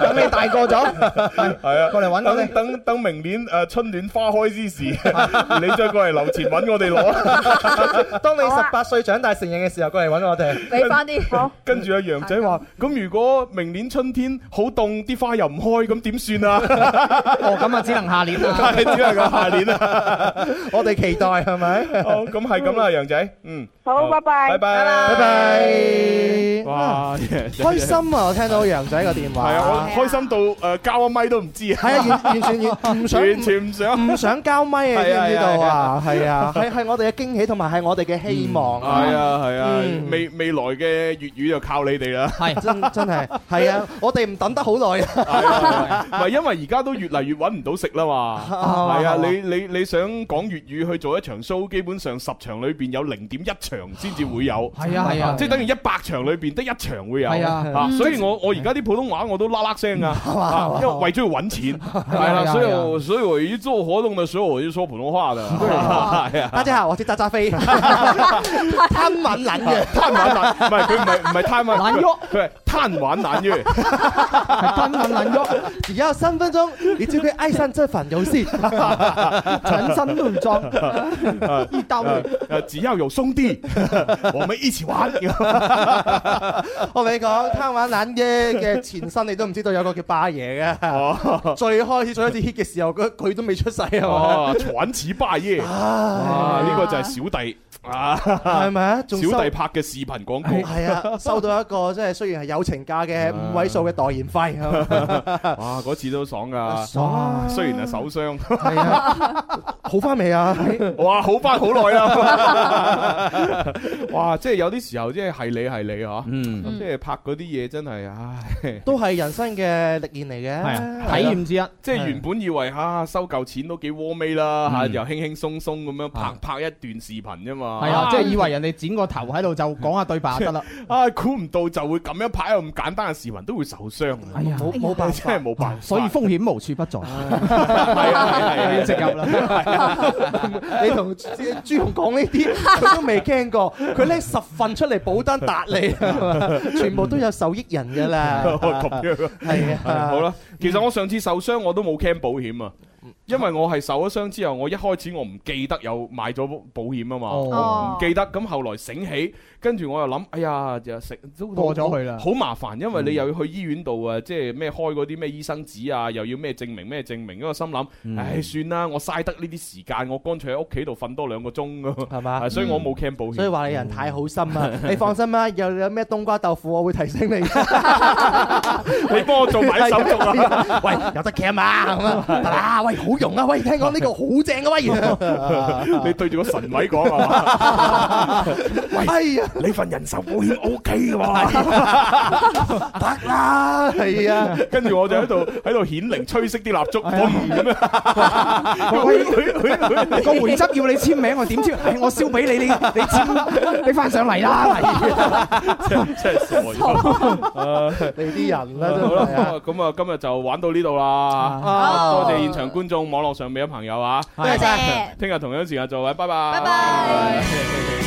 D: 等你大個咗。
C: 系啊，
D: 過嚟揾我
C: 等
D: 哋
C: 等等明年诶春暖花開之 時，你再過嚟樓前揾我哋攞。
D: 當你十八歲長大成人嘅時候，過嚟揾我哋。
E: 俾翻啲。
C: 跟住阿楊仔話：咁如果明年春天好凍，啲花又唔開，咁點算啊？
D: 哦，咁啊，只能下年啦。
C: 係只能夠下年啊！
D: 我哋期待係咪？
C: 好，咁係
D: 哦
C: 咁啦，楊仔，嗯，
H: 好，拜
C: 拜
H: 拜。
C: 拜
D: 拜拜。
C: 哇，開
R: 開心啊！我聽到楊仔嘅電
C: 係
R: 話。
C: 啊，我開心到誒交阿咪都唔知啊！
R: 係啊，完完全唔想
C: 完全唔想
R: 唔想交咪啊，
C: 係啊
R: 知唔知道啊？
D: 係
R: 係
D: 啊，
R: 啊，
D: 係係我哋嘅驚喜，同埋係我哋嘅希望。
C: 係啊係啊
D: 嗯，
C: 未未來嘅粵語就靠你 哋啦。
R: 係真真係係啊！我哋唔等得好耐啊！
C: 唔係因為而家都越嚟越揾唔到食啦嘛，
R: 啊
C: 係啊，
R: 係嘛
C: 你你你想講粵語去做一場 show，基本上十場裏邊有零點一場先至會有，
R: 係啊係啊
C: 即係等於一百場裏邊得一場會有，
R: 係啊嗯
C: 所以我我而家啲普通話我都啦啦聲啊
R: 嘛 係
C: 啊
R: 嘛，
C: 因為為咗要揾錢，係
R: 係
C: 啦，
R: 啊
C: 所以
R: 係啊
C: 我所以我一做活動嘅時候 我就說普通話的，係啊
R: 大家好，我是渣渣飛，貪玩撚嘅。
D: 嘅，
C: 啊貪玩懶，唔係佢 唔係唔係貪玩
D: 懶
C: 喐，佢係貪玩懶於。
D: 吞吞吞喐，只要三分鐘，你就會愛上這款遊戲， 全身都唔裝。
C: 一
D: 刀兩
C: 呃，只要有兄弟， 我们一起 玩。
D: 我同你講，貪玩懶耶嘅前身，你都唔知道有個叫巴爺
C: 嘅。
D: 最開始最開始 hit 嘅時候，佢佢都未出世啊嘛
C: 哦，。闖此霸耶！啊，呢個就係小弟啊，係
D: 咪啊仲收
C: 小弟拍嘅視頻廣告
D: 係 啊，收到一個即係雖然係友情價嘅五位數嘅代言費，
C: 哇！嗰次都爽
D: 啊
C: 噶，
D: 爽！
C: 雖然係手傷，
F: 啊
D: 好翻未 啊？
C: 哇！好翻好耐 啦， 哇！即係有啲時候，即係係你係你嚇，
D: 嗯
C: 即係拍嗰啲嘢真係，唉，
D: 都係人生嘅歷練嚟
F: 啊
D: 嘅，啊
C: 即係原本以為嚇收嚿錢都幾窩味啦嚇，又輕輕鬆鬆咁樣拍拍一段視頻啫嘛，
F: 嗯啊係啊，即係以為人哋剪個頭喺度就講下對白就得啦。
C: 啊，估唔到就會咁樣拍一個咁簡單嘅視頻都會受傷，係
F: 啊
D: 哎冇冇辦法
C: 真係冇辦法，
F: 所以風險無處不在。
C: 係啊係啊係啊
F: 直入
D: 你同朱朱紅講呢 啲，佢都未驚過。佢拎十份出嚟保單答你，全部都有受益人㗎啦。
C: 咁樣
D: 係啊，
C: 好啦，
F: 嗯
C: 其實我上次受傷我都冇 claim 保險啊。因為我係受咗傷之後，我一開始我唔記得有買咗保險啊嘛，
F: 哦
E: Ờ.
C: 唔記得，咁後來醒起，跟住我又諗，哎呀，就食都
F: 過咗去啦嗯
C: 好麻煩，因為你又要去醫院度啊，即係咩開嗰啲咩醫生紙啊，又要咩證明咩證明，咁我心諗，
F: 嗯
C: 唉，算啦，我嘥得呢啲時間，我乾脆喺屋企度瞓多兩個鐘
F: 啊
C: 咁，啊
D: 係嘛
C: 所以我
F: 嗯
C: 冇 claim 保險，
D: 所以話你人太好心啊！你放心啦，又有咩冬瓜豆腐，我會提醒你。
C: 你幫我做埋手續 啊！
D: 喂，有得 cam 啊咁啊！得啦，喂，好用啊！喂，聽講呢個好正啊！喂，
C: 你對住個神位講啊！
D: 哎呀，
C: 你份人壽保險 O K 嘅 喎，
D: 得啦，係啊。
C: 跟住我就喺度喺度顯靈吹熄啲蠟燭，嗡咁樣。
D: 啊
F: 個回執要你簽名，我點簽？
B: 哎
F: 唉我燒俾你，你你 簽，你翻上嚟 啦。
C: 真真係傻咗，
D: 你啲人啦
C: 好
D: 真係啊
C: 啦，咁啊，今日就玩到呢度啦，
D: 好
C: 多謝現場觀眾、網絡上面嘅朋友啊，
D: 多謝
C: 聽日同樣時間再位，拜拜，拜拜。